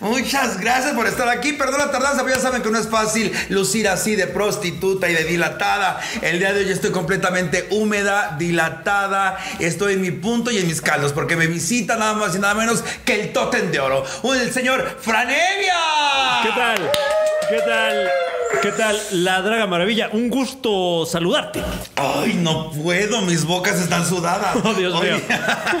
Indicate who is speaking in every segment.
Speaker 1: muchas gracias por estar aquí. Perdón la tardanza, pero ya saben que no es fácil lucir así de prostituta y de dilatada. El día de hoy estoy completamente húmeda, dilatada. Estoy en mi punto y en mis caldos, porque me visita nada más y nada menos que el tótem de oro. El señor Franevia.
Speaker 2: ¿Qué tal? ¿Qué tal? ¿Qué tal, la Draga Maravilla? Un gusto saludarte.
Speaker 1: Ay, no puedo, mis bocas están sudadas.
Speaker 2: Oh, Dios
Speaker 1: Oye,
Speaker 2: mío.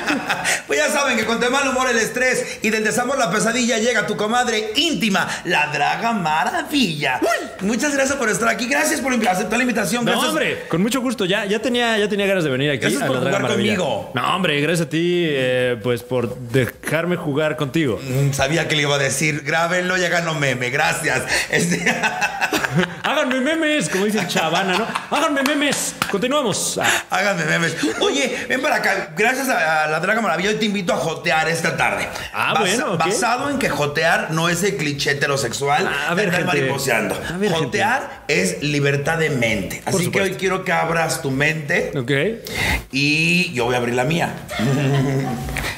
Speaker 1: pues ya saben que con el mal humor, el estrés y del desamor, la pesadilla llega tu comadre íntima, la Draga Maravilla. Muchas gracias por estar aquí, gracias por invi- aceptar la invitación.
Speaker 2: No,
Speaker 1: gracias.
Speaker 2: hombre, con mucho gusto. Ya, ya, tenía, ya tenía ganas de venir aquí
Speaker 1: Gracias
Speaker 2: a
Speaker 1: por
Speaker 2: la Draga
Speaker 1: jugar
Speaker 2: Maravilla.
Speaker 1: conmigo.
Speaker 2: No, hombre, gracias a ti, eh, pues, por dejarme jugar contigo.
Speaker 1: Mm, Sabía que le iba a decir, grábenlo y háganlo meme, gracias. Este,
Speaker 2: Háganme memes, como dice Chavana, ¿no? Háganme memes. Continuamos. Ah,
Speaker 1: háganme memes. Oye, ven para acá, gracias a, a la Draga Maravilla, hoy te invito a jotear esta tarde.
Speaker 2: Ah, bueno, ok.
Speaker 1: Basado en que jotear no es el cliché heterosexual
Speaker 2: Ah, a ver,
Speaker 1: de andar
Speaker 2: gente.
Speaker 1: mariposeando.
Speaker 2: A ver, gente.
Speaker 1: jotear es libertad de mente.
Speaker 2: Por
Speaker 1: Así que hoy
Speaker 2: supuesto.
Speaker 1: quiero que abras tu mente
Speaker 2: ok,
Speaker 1: y yo voy a abrir la mía.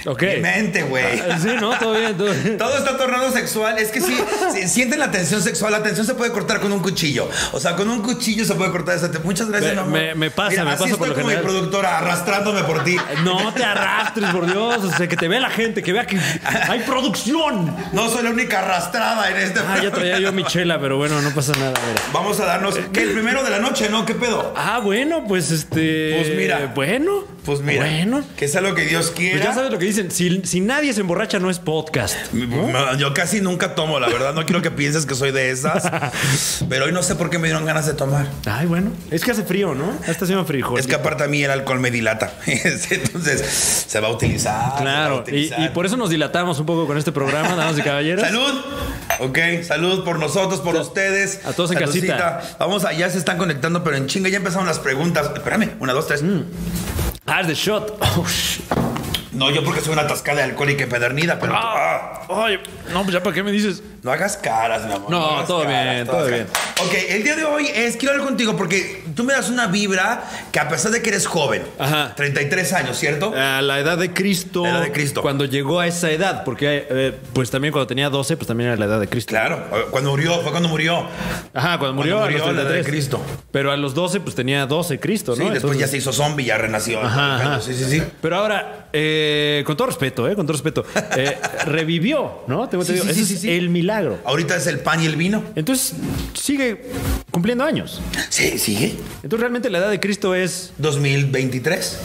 Speaker 2: ok.
Speaker 1: Mi mente, güey.
Speaker 2: Ah, Sí, ¿no? Todo bien, todo bien.
Speaker 1: Todo está tornado sexual. Es que sí, si sienten la tensión sexual. La tensión se puede cortar con un cuchillo. O sea, con un cuchillo se puede cortar esa tensión. Muchas gracias,
Speaker 2: Me-
Speaker 1: mi amor.
Speaker 2: me- me pasa,
Speaker 1: Mira,
Speaker 2: me
Speaker 1: así
Speaker 2: pasa
Speaker 1: estoy
Speaker 2: por lo
Speaker 1: como
Speaker 2: general.
Speaker 1: mi productora, arrastrándome por ti.
Speaker 2: No te arrastres, por Dios. O sea, que te vea la gente, que vea que hay producción.
Speaker 1: No soy la única arrastrada en este.
Speaker 2: Ah, ya traía yo mi chela, pero bueno, no pasa nada. a ver.
Speaker 1: Vamos a darnos. ¿Qué? El primero de la noche, ¿no? ¿Qué pedo?
Speaker 2: Ah, bueno, pues este.
Speaker 1: Pues mira.
Speaker 2: Bueno.
Speaker 1: Pues mira,
Speaker 2: Bueno.
Speaker 1: que sea lo que Dios quiera.
Speaker 2: Pues ya sabes lo que dicen. Si, si nadie se emborracha, no es podcast.
Speaker 1: No, Yo casi nunca tomo, la verdad. No quiero que pienses que soy de esas. Pero hoy no sé por qué me dieron ganas de tomar.
Speaker 2: Ay, bueno. Es que hace frío, ¿no? Está haciendo frijol.
Speaker 1: Es que aparte a mí el alcohol me dilata. Entonces, se va a utilizar. se va a
Speaker 2: Claro. Y,
Speaker 1: utilizar.
Speaker 2: y por eso nos dilatamos un poco con este programa, damas y caballeros.
Speaker 1: Salud. Ok, salud por nosotros, por ustedes.
Speaker 2: a todos en
Speaker 1: Saludcita. Vamos allá, se están conectando, pero en chinga ya empezaron las preguntas. Espérame, una, dos, tres.
Speaker 2: Mm. Ah, es de shot. Oh, sh-
Speaker 1: No, yo porque soy una atascada de alcohólica empedernida, pero
Speaker 2: Ah. Ay, no, pues ya para qué me dices.
Speaker 1: no hagas caras, mi amor.
Speaker 2: No,
Speaker 1: hagas
Speaker 2: todo bien,
Speaker 1: todas
Speaker 2: todo
Speaker 1: caras. Ok, el día de hoy es, quiero hablar contigo porque tú me das una vibra que a pesar de que eres joven,
Speaker 2: Ajá. Eh.
Speaker 1: 33 años, ¿cierto?
Speaker 2: A la edad de Cristo.
Speaker 1: La edad de Cristo.
Speaker 2: Cuando llegó a esa edad, porque eh, pues también cuando tenía 12, pues también era la edad de Cristo.
Speaker 1: Claro, eh, cuando murió, fue cuando murió.
Speaker 2: Ajá, cuando murió,
Speaker 1: Cuando
Speaker 2: a
Speaker 1: murió,
Speaker 2: los
Speaker 1: la edad de
Speaker 2: 33.
Speaker 1: Cristo.
Speaker 2: Pero a los 12, pues tenía 12 Cristo, ¿no?
Speaker 1: Sí, después
Speaker 2: Entonces-
Speaker 1: ya se hizo zombie, ya renació.
Speaker 2: Ajá, ajá.
Speaker 1: Sí, sí, sí.
Speaker 2: Pero ahora, eh, con todo respeto, eh, con todo respeto, eh, revivió, ¿no? Tengo
Speaker 1: Sí,
Speaker 2: entendido.
Speaker 1: sí,
Speaker 2: Ese
Speaker 1: sí,
Speaker 2: es
Speaker 1: sí, sí.
Speaker 2: el milagro.
Speaker 1: Ahorita es el pan y el vino.
Speaker 2: Entonces, sigue cumpliendo años.
Speaker 1: Sí, sigue.
Speaker 2: Entonces, realmente la edad de Cristo es.
Speaker 1: 2023.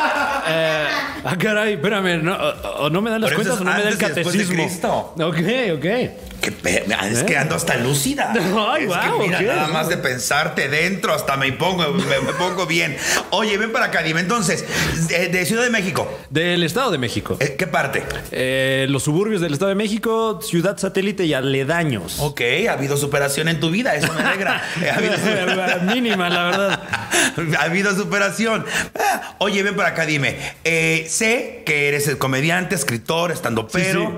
Speaker 2: Ah, caray, espérame, no, o, o no me dan las
Speaker 1: Pero eso
Speaker 2: cuentas
Speaker 1: es
Speaker 2: o no me da el
Speaker 1: antes y después de
Speaker 2: catecismo. Ok, ok.
Speaker 1: Qué pe- ah, Es que ando hasta lúcida.
Speaker 2: ¿Eh? Ay,
Speaker 1: es que
Speaker 2: guau,
Speaker 1: mira,
Speaker 2: ¿qué?
Speaker 1: nada más de pensarte dentro, hasta me pongo, me, me pongo bien. Oye, ven para acá, dime entonces, de, de Ciudad de México,
Speaker 2: Del Estado de México.
Speaker 1: ¿eh, ¿qué parte?
Speaker 2: Eh, los suburbios del Estado de México, ciudad satélite y aledaños.
Speaker 1: Ok, ha habido superación en tu vida, eso me alegra. Ha habido,
Speaker 2: Mínima, la verdad.
Speaker 1: ha habido superación. Ah, Oye, ven para acá, dime. eh, sé que eres el comediante, escritor, estando pero,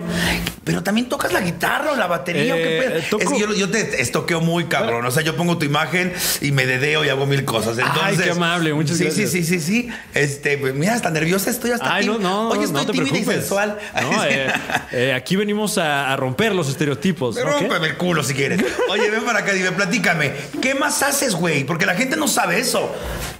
Speaker 1: pero también tocas la guitarra o la batería. ¿o qué
Speaker 2: Eh,
Speaker 1: pedo?
Speaker 2: eh, toco-
Speaker 1: Es que yo, yo te estoqueo muy cabrón. O sea, yo pongo tu imagen y me dedeo y hago mil cosas.
Speaker 2: Ay,
Speaker 1: Entonces,
Speaker 2: qué amable, muchas
Speaker 1: sí,
Speaker 2: gracias.
Speaker 1: Sí, sí, sí, sí. Este, pues, mira, hasta nerviosa estoy hasta
Speaker 2: Ay, no,
Speaker 1: tím-
Speaker 2: no,
Speaker 1: Oye,
Speaker 2: no,
Speaker 1: estoy
Speaker 2: no te
Speaker 1: tímida y
Speaker 2: preocupes.
Speaker 1: sensual.
Speaker 2: No, eh, eh, aquí venimos a, a romper los estereotipos. ¿ok?
Speaker 1: Rómpeme el culo si quieres. Oye, ven para acá, dime, platícame. ¿Qué más haces, güey? Porque la gente no sabe eso.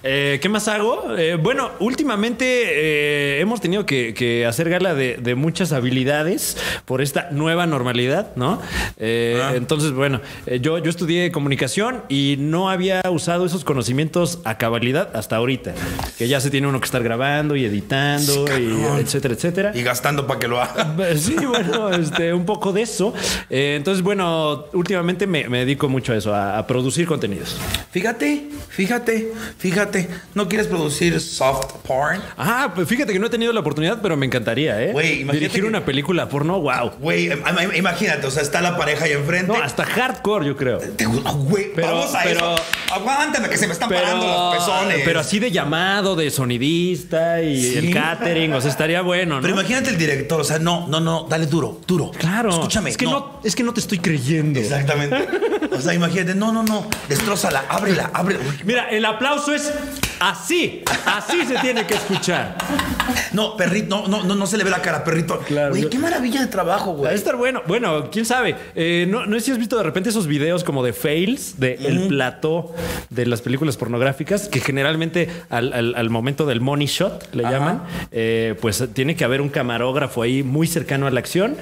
Speaker 2: Eh, ¿Qué más hago? Eh, bueno, últimamente eh, hemos tenido que, que hacer gala de, de muchas habilidades por esta nueva normalidad, ¿no? Eh,
Speaker 1: Ah.
Speaker 2: Entonces, bueno, eh, yo, yo estudié comunicación y no había usado esos conocimientos a cabalidad hasta ahorita, que ya se tiene uno que estar grabando y editando, y etcétera, etcétera.
Speaker 1: Y gastando para que lo haga.
Speaker 2: Sí, bueno, este, un poco de eso. Eh, entonces, bueno, últimamente me, me dedico mucho a eso, a, a producir contenidos.
Speaker 1: Fíjate, fíjate, fíjate. ¿No quieres producir soft porn?
Speaker 2: Ah, pues fíjate que no he tenido la oportunidad, pero me encantaría, ¿eh?
Speaker 1: Güey, imagínate
Speaker 2: Dirigir
Speaker 1: que-
Speaker 2: una película porno, wow.
Speaker 1: Güey, im- im- imagínate, o sea, está la pareja ahí enfrente.
Speaker 2: No, hasta hardcore, yo creo.
Speaker 1: Te- güey,
Speaker 2: Pero-
Speaker 1: vamos a
Speaker 2: pero-
Speaker 1: eso. Aguántame que se me están parando
Speaker 2: Pero,
Speaker 1: los pezones.
Speaker 2: pero así de llamado, de sonidista y
Speaker 1: Sí.
Speaker 2: el catering, o sea, estaría bueno,
Speaker 1: Pero
Speaker 2: ¿no?
Speaker 1: imagínate el director, o sea, no, no, no, dale duro, duro.
Speaker 2: Claro.
Speaker 1: Escúchame.
Speaker 2: Es que no. es que no te estoy creyendo.
Speaker 1: Exactamente. O sea, imagínate, no, no, no, destrózala, ábrela, ábrela. Uy,
Speaker 2: Mira, el aplauso es Así, así se tiene que escuchar.
Speaker 1: No, perrito, no, no, no, no se le ve la cara, perrito.
Speaker 2: Claro.
Speaker 1: Güey, qué maravilla de trabajo,
Speaker 2: Va a
Speaker 1: güey.
Speaker 2: estar bueno. Bueno, quién sabe. Eh, no, no sé si has visto de repente esos videos como de fails, de el plató de las películas pornográficas, que generalmente al, al- al momento del money shot le
Speaker 1: Ajá.
Speaker 2: llaman, eh, pues tiene que haber un camarógrafo ahí muy cercano a la acción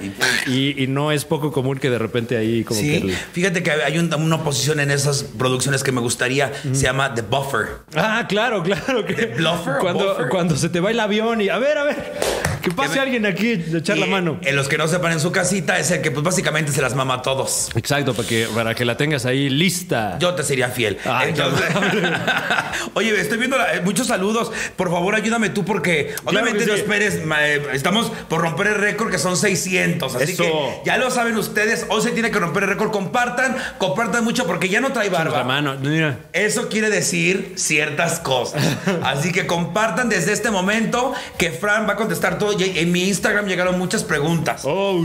Speaker 2: y, y no es poco común que de repente ahí como que.
Speaker 1: Sí,
Speaker 2: el-
Speaker 1: fíjate que hay un- una posición en esas producciones que me gustaría, se llama The Buffer.
Speaker 2: Ah, claro, claro. Que
Speaker 1: ¿De bluffer o
Speaker 2: cuando,
Speaker 1: buffer?
Speaker 2: cuando se te va el avión y a ver, a ver, que pase
Speaker 1: me-
Speaker 2: alguien aquí a echar la
Speaker 1: Y, eh,
Speaker 2: mano.
Speaker 1: En los que no sepan en su casita, es el que pues básicamente se las mama a todos.
Speaker 2: Exacto, para que, para que la tengas ahí lista.
Speaker 1: Yo te sería fiel.
Speaker 2: Ay,
Speaker 1: Entonces- Oye, estoy viendo la- eh, muchos saludos. Por favor, ayúdame tú porque obviamente
Speaker 2: que sí.
Speaker 1: no esperes. ma- eh, Estamos por romper el récord que son 600. Así
Speaker 2: Eso.
Speaker 1: que ya lo saben ustedes. Hoy se tiene que romper el récord. Compartan, compartan mucho porque ya no trae
Speaker 2: la
Speaker 1: barba.
Speaker 2: mano. Mira.
Speaker 1: Eso quiere decir ciertas cosas. Así que compartan desde este momento que Fran va a contestar todo. Y en mi Instagram llegaron muchas preguntas.
Speaker 2: Oh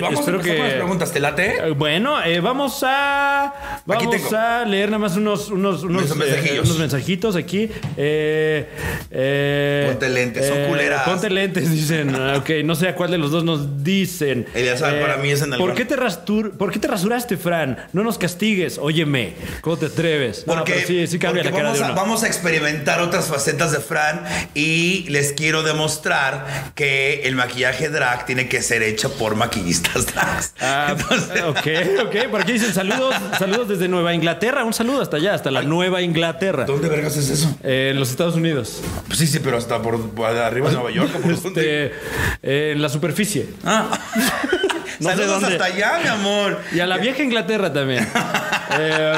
Speaker 1: Vamos
Speaker 2: espero
Speaker 1: a empezar con las
Speaker 2: que.
Speaker 1: preguntas. ¿Te late?
Speaker 2: Eh, Bueno, eh, vamos a. Vamos
Speaker 1: tengo.
Speaker 2: a leer nada más unos, unos, unos,
Speaker 1: Unos
Speaker 2: eh,
Speaker 1: mensajillos.
Speaker 2: unos mensajitos aquí. Eh, eh,
Speaker 1: Ponte lentes, son culeras.
Speaker 2: Ponte lentes, dicen. Ah, Ok, no sé a cuál de los dos nos dicen.
Speaker 1: El de azar ah, para mí es en el
Speaker 2: ¿por
Speaker 1: bar.
Speaker 2: qué, te rastur- ¿Por qué te rasuraste, Fran? No nos castigues. Óyeme, ¿cómo te atreves? No,
Speaker 1: Porque,
Speaker 2: pero sí, sí cambia la
Speaker 1: porque
Speaker 2: cara
Speaker 1: vamos,
Speaker 2: de
Speaker 1: a,
Speaker 2: uno.
Speaker 1: vamos a experimentar otras facetas de Fran y les quiero demostrar que el maquillaje drag tiene que ser hecho por maquillistas drags.
Speaker 2: Ah,
Speaker 1: Entonces,
Speaker 2: ok, ok. Por aquí dicen saludos, saludos desde Nueva Inglaterra. Un saludo hasta allá, hasta la Nueva Inglaterra.
Speaker 1: ¿Dónde vergas es eso?
Speaker 2: Eh, en los Estados Unidos.
Speaker 1: Pues sí, sí, pero hasta por, por arriba de Nueva York. ¿por dónde?
Speaker 2: Este, eh, en la superficie.
Speaker 1: Ah.
Speaker 2: No sé
Speaker 1: Saludos
Speaker 2: dónde.
Speaker 1: hasta allá, mi amor.
Speaker 2: Y a la vieja Inglaterra también. Eh,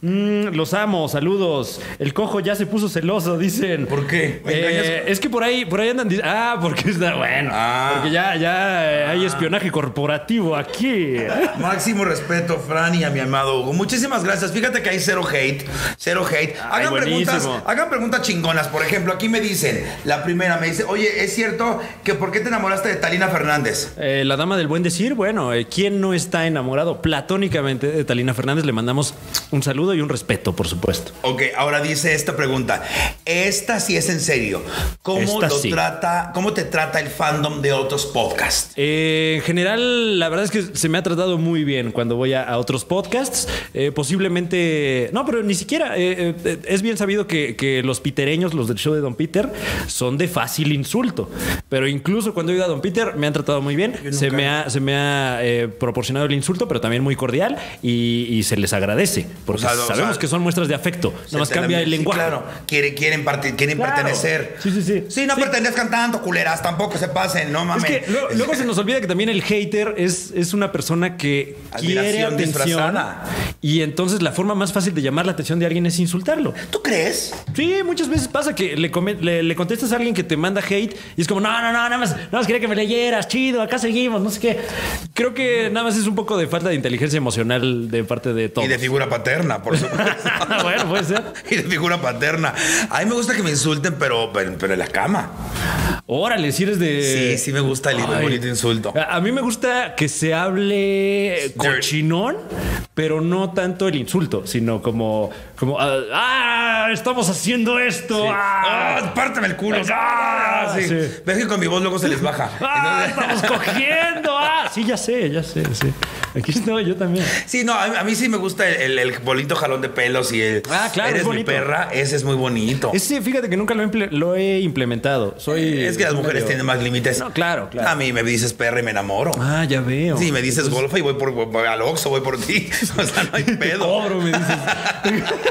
Speaker 2: mm, los amo, saludos. El cojo ya se puso celoso, dicen.
Speaker 1: ¿Por qué? ¿Me
Speaker 2: Eh,
Speaker 1: engañas?
Speaker 2: es que por ahí, por ahí andan. di- Ah, porque está bueno.
Speaker 1: Ah.
Speaker 2: Porque ya, ya eh, hay espionaje corporativo aquí.
Speaker 1: Máximo respeto, Fran, y a mi amado Hugo. Muchísimas gracias. Fíjate que hay cero hate. Cero hate.
Speaker 2: Ay,
Speaker 1: Hagan preguntas,
Speaker 2: buenísimo.
Speaker 1: hagan preguntas chingonas. Por ejemplo, aquí me dicen, la primera me dice, oye, ¿es cierto que por qué te enamoraste de Talina Fernández?
Speaker 2: Eh, la dama del buen decir, bueno, eh, ¿quién no está enamorado platónicamente de Talina Fernández? Le mandamos un saludo y un respeto, por supuesto.
Speaker 1: Ok, ahora dice esta pregunta. Esta sí es en serio. ¿Cómo
Speaker 2: Esta
Speaker 1: lo
Speaker 2: sí.
Speaker 1: trata, cómo te trata el fandom de otros podcasts?
Speaker 2: Eh, en general, la verdad es que se me ha tratado muy bien cuando voy a, a otros podcasts. Eh, posiblemente, no, pero ni siquiera. eh, eh, es bien sabido que, que los pitereños, los del show de Don Peter, son de fácil insulto. Pero incluso cuando he ido a Don Peter, me han tratado muy bien. Se me ha, se me ha eh, proporcionado el insulto, pero también muy cordial y, y se les agradece. Porque
Speaker 1: O sea, o
Speaker 2: sabemos
Speaker 1: sea,
Speaker 2: que son muestras de afecto. Nada más cambia el
Speaker 1: Sí,
Speaker 2: lenguaje.
Speaker 1: claro, quieren, quieren, parte- quieren
Speaker 2: Claro.
Speaker 1: pertenecer.
Speaker 2: Sí, sí, sí.
Speaker 1: Sí, no
Speaker 2: Sí.
Speaker 1: pertenezcan tanto, culeras, tampoco se pasen, no
Speaker 2: Es
Speaker 1: mames.
Speaker 2: que luego, luego se nos olvida que también el hater es, es una persona que quiere
Speaker 1: Admiración
Speaker 2: atención.
Speaker 1: disfrazada.
Speaker 2: Y entonces la forma más fácil de llamar la atención de alguien es insultarlo.
Speaker 1: ¿Tú crees?
Speaker 2: Sí, muchas veces pasa que le, come- le, le contestas a alguien que te manda hate y es como, no, no, no, nada más, nada más quería que me leyeras, chido, acá seguimos, no sé qué. Creo que nada más es un poco de falta de inteligencia emocional de parte de todos.
Speaker 1: Y de figura paterna, por supuesto.
Speaker 2: bueno, puede ser.
Speaker 1: y de figura paterna. A mí me gusta que me insulten, pero, pero, pero en la cama.
Speaker 2: Órale, si eres de.
Speaker 1: Sí, sí me gusta el
Speaker 2: Eh, Ay.
Speaker 1: bonito insulto.
Speaker 2: A a mí me gusta que se hable cochinón, pero no tanto el insulto, sino como, como ah, ah, estamos haciendo esto.
Speaker 1: ¡Ah!
Speaker 2: Ah,
Speaker 1: ¡Pártame el culo!
Speaker 2: Ah,
Speaker 1: ¡Ah! Sí.
Speaker 2: sí.
Speaker 1: Ves que con mi voz luego se les baja.
Speaker 2: ah,
Speaker 1: Entonces-
Speaker 2: estamos cogiendo. Ah, sí, ya sé, ya sé, sí. Aquí estoy yo también.
Speaker 1: Sí, no, a, a mí sí me gusta el, el- el bonito jalón de pelos y el.
Speaker 2: Ah, claro,
Speaker 1: Eres
Speaker 2: es
Speaker 1: mi
Speaker 2: bonito.
Speaker 1: perra, ese es muy bonito. Es,
Speaker 2: Ese, fíjate que nunca lo, he imple- lo he implementado. Soy.
Speaker 1: que las mujeres
Speaker 2: medio-
Speaker 1: tienen más límites.
Speaker 2: No, claro, claro.
Speaker 1: A mí me dices perra y me enamoro.
Speaker 2: Ah, ya veo.
Speaker 1: Sí, me dices golfa y voy por, voy al Oxxo, voy por ti. O sea, no hay pedo.
Speaker 2: Cobro, me dices.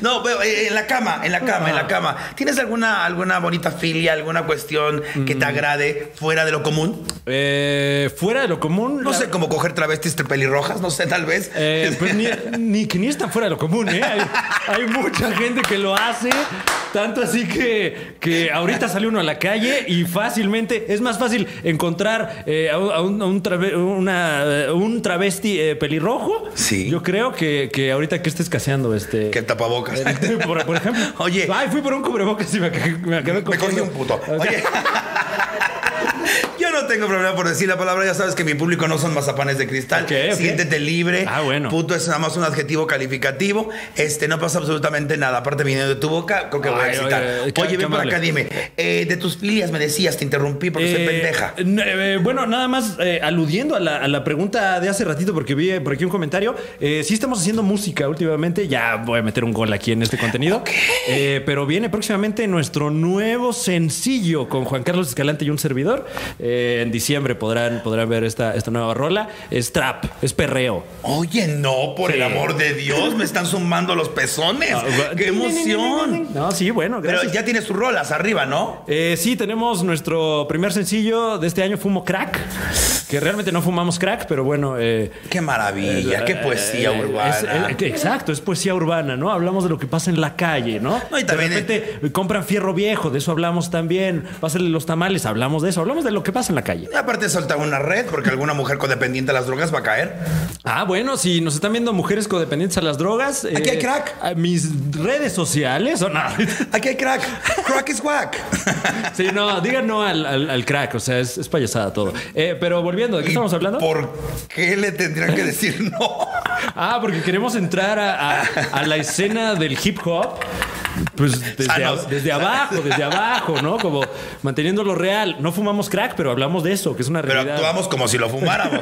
Speaker 1: No, pero eh, en la cama, en la cama, en la cama. ¿Tienes alguna, alguna bonita filia, alguna cuestión que te agrade fuera de lo común?
Speaker 2: Eh, fuera de lo común.
Speaker 1: No
Speaker 2: la-
Speaker 1: sé, como coger travestis de pelirrojas, no sé, tal vez.
Speaker 2: Eh, pues ni, ni que ni es tan fuera de lo común, ¿eh? Hay, hay mucha gente que lo hace. Tanto así que, que ahorita sale uno a la calle y fácilmente es más fácil encontrar eh, a, un- a un, a un trave- una, eh, un travesti eh, pelirrojo.
Speaker 1: Sí.
Speaker 2: Yo creo que, que ahorita que esté escaseando este.
Speaker 1: que el tapabocas.
Speaker 2: por, por ejemplo.
Speaker 1: Oye.
Speaker 2: Ay, fui por un cubrebocas y me, ac- me acabé
Speaker 1: Me cogí
Speaker 2: cogiendo-
Speaker 1: un puto. Oye. Yo no tengo problema por decir la palabra. Ya sabes que mi público no son mazapanes de cristal.
Speaker 2: Ok, ok.
Speaker 1: Siéntete libre.
Speaker 2: Ah, bueno.
Speaker 1: Puto es nada más un adjetivo calificativo. Este, no pasa absolutamente nada. Aparte, viniendo de tu boca, creo que voy a
Speaker 2: Ay,
Speaker 1: excitar.
Speaker 2: oye,
Speaker 1: Oye,
Speaker 2: qué- qué
Speaker 1: ven para
Speaker 2: amable.
Speaker 1: acá, dime. eh, de tus filias me decías, te interrumpí porque soy
Speaker 2: Eh,
Speaker 1: pendeja.
Speaker 2: n- eh, bueno, nada más eh, aludiendo a la, a la pregunta de hace ratito, porque vi eh, por aquí un comentario. eh, sí estamos haciendo música últimamente. Ya voy a meter un gol aquí en este contenido. Eh, pero viene próximamente nuestro nuevo sencillo con Juan Carlos Escalante y un servidor. Eh, en diciembre podrán, podrán ver esta, esta nueva rola. Es trap, es perreo.
Speaker 1: Oye, no, por
Speaker 2: Sí. Ah,
Speaker 1: el amor de Dios, me están sumando los pezones. Ah, ¡Qué emoción!
Speaker 2: No, sí, bueno, gracias.
Speaker 1: Pero ya tienes tus rolas arriba, ¿no?
Speaker 2: Eh, sí, tenemos nuestro primer sencillo de este año, Fumo Crack, que realmente no fumamos crack, pero bueno... eh,
Speaker 1: Qué maravilla, qué poesía
Speaker 2: eh,
Speaker 1: urbana.
Speaker 2: es- eh, exacto, es poesía urbana, ¿no? Hablamos de lo que pasa en la calle, ¿no?
Speaker 1: No, y también-
Speaker 2: de repente eh, compran fierro viejo, de eso hablamos también. Pásale los tamales, hablamos de eso, hablamos de lo que pasa en la calle.
Speaker 1: Y aparte soltar una red porque alguna mujer codependiente a las drogas va a caer.
Speaker 2: Ah, bueno, si nos están viendo mujeres codependientes a las drogas. eh,
Speaker 1: Aquí hay crack.
Speaker 2: a Mis redes sociales o no.
Speaker 1: Aquí hay crack. Crack is whack.
Speaker 2: Sí, no, digan no al, al- al crack, o sea, es, es payasada todo. Eh, pero volviendo, ¿de qué estamos hablando?
Speaker 1: ¿Por qué le tendrían que decir no?
Speaker 2: Ah, porque queremos entrar a, a- a la escena del hip hop. Pues desde,
Speaker 1: Sanos.
Speaker 2: a- desde abajo, desde abajo, ¿no? Como manteniendo lo real. No fumamos crack, pero hablamos de eso, que es una
Speaker 1: Pero
Speaker 2: realidad.
Speaker 1: actuamos como si lo fumáramos.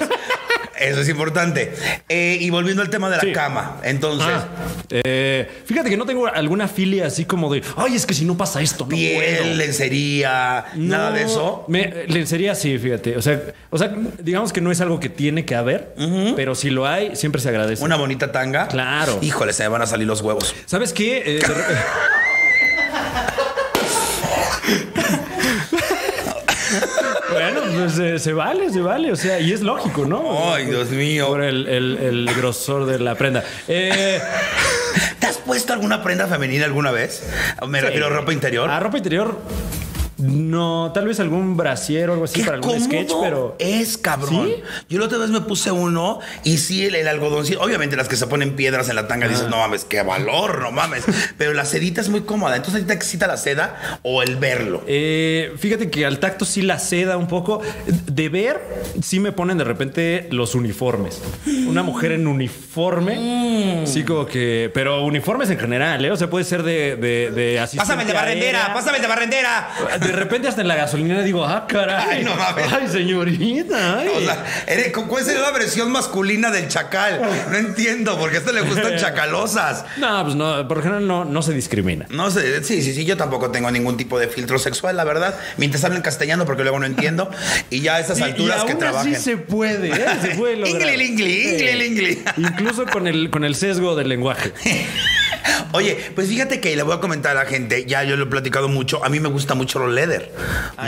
Speaker 1: Eso es importante. Eh, y volviendo al tema de la
Speaker 2: Sí.
Speaker 1: cama. Entonces,
Speaker 2: Ah, eh, fíjate que no tengo alguna filia así como de, ay, es que si no pasa esto, no
Speaker 1: piel,
Speaker 2: puedo".
Speaker 1: lencería,
Speaker 2: No,
Speaker 1: nada de eso.
Speaker 2: Me, lencería sí, fíjate. O sea, o sea, digamos que no es algo que tiene que haber, pero si lo hay, siempre se agradece.
Speaker 1: Una bonita tanga.
Speaker 2: Claro.
Speaker 1: Híjole, se me van a salir los huevos.
Speaker 2: ¿Sabes qué? Eh, de re- bueno, pues eh, se vale, se vale. O sea, y es lógico, ¿no?
Speaker 1: Ay, Dios mío.
Speaker 2: Por el, el- el grosor de la prenda. Eh,
Speaker 1: ¿Te has puesto alguna prenda femenina alguna vez? Me refiero a ropa interior.
Speaker 2: a ropa interior, no. Tal vez algún brasier o algo así
Speaker 1: Qué
Speaker 2: para algún
Speaker 1: cómodo
Speaker 2: sketch, pero.
Speaker 1: es, cabrón.
Speaker 2: ¿Sí?
Speaker 1: Yo la otra vez me puse uno y sí, el, el algodoncito. Obviamente, las que se ponen piedras en la tanga dices, no mames, qué valor, no mames. Pero la sedita es muy cómoda. Entonces, ¿a ti te excita la seda o el verlo?
Speaker 2: Eh, fíjate que al tacto sí la seda un poco. De ver, sí me ponen de repente los uniformes. Una mujer en
Speaker 1: Mm.
Speaker 2: uniforme. Sí, como que. Pero uniformes en general, ¿eh? O sea, puede ser de, de, de asistente
Speaker 1: Pásame el de barrendera,
Speaker 2: aérea.
Speaker 1: pásame el de barrendera.
Speaker 2: De repente hasta en la gasolinera digo, ah, caray.
Speaker 1: Ay, no mames.
Speaker 2: Ay, señorita. ay.
Speaker 1: O sea, eres, ¿cu- ¿cuál sería la versión masculina del chacal? No entiendo, porque a esto le gustan chacalosas.
Speaker 2: No, pues no, por lo general no, no se discrimina.
Speaker 1: No sé, sí, sí, sí, yo tampoco tengo ningún tipo de filtro sexual, la verdad. Mientras hablen castellano, porque luego no entiendo. Y ya a estas
Speaker 2: Y-
Speaker 1: alturas
Speaker 2: y aún
Speaker 1: que trabajen.
Speaker 2: Así se puede, ¿eh? se puede lograr.
Speaker 1: Ingli, lingli, ingli, lingli.
Speaker 2: Incluso con el, con el sesgo del lenguaje.
Speaker 1: Oye, pues fíjate que le voy a comentar a la gente, ya yo lo he platicado mucho, a mí me gusta mucho lo leather.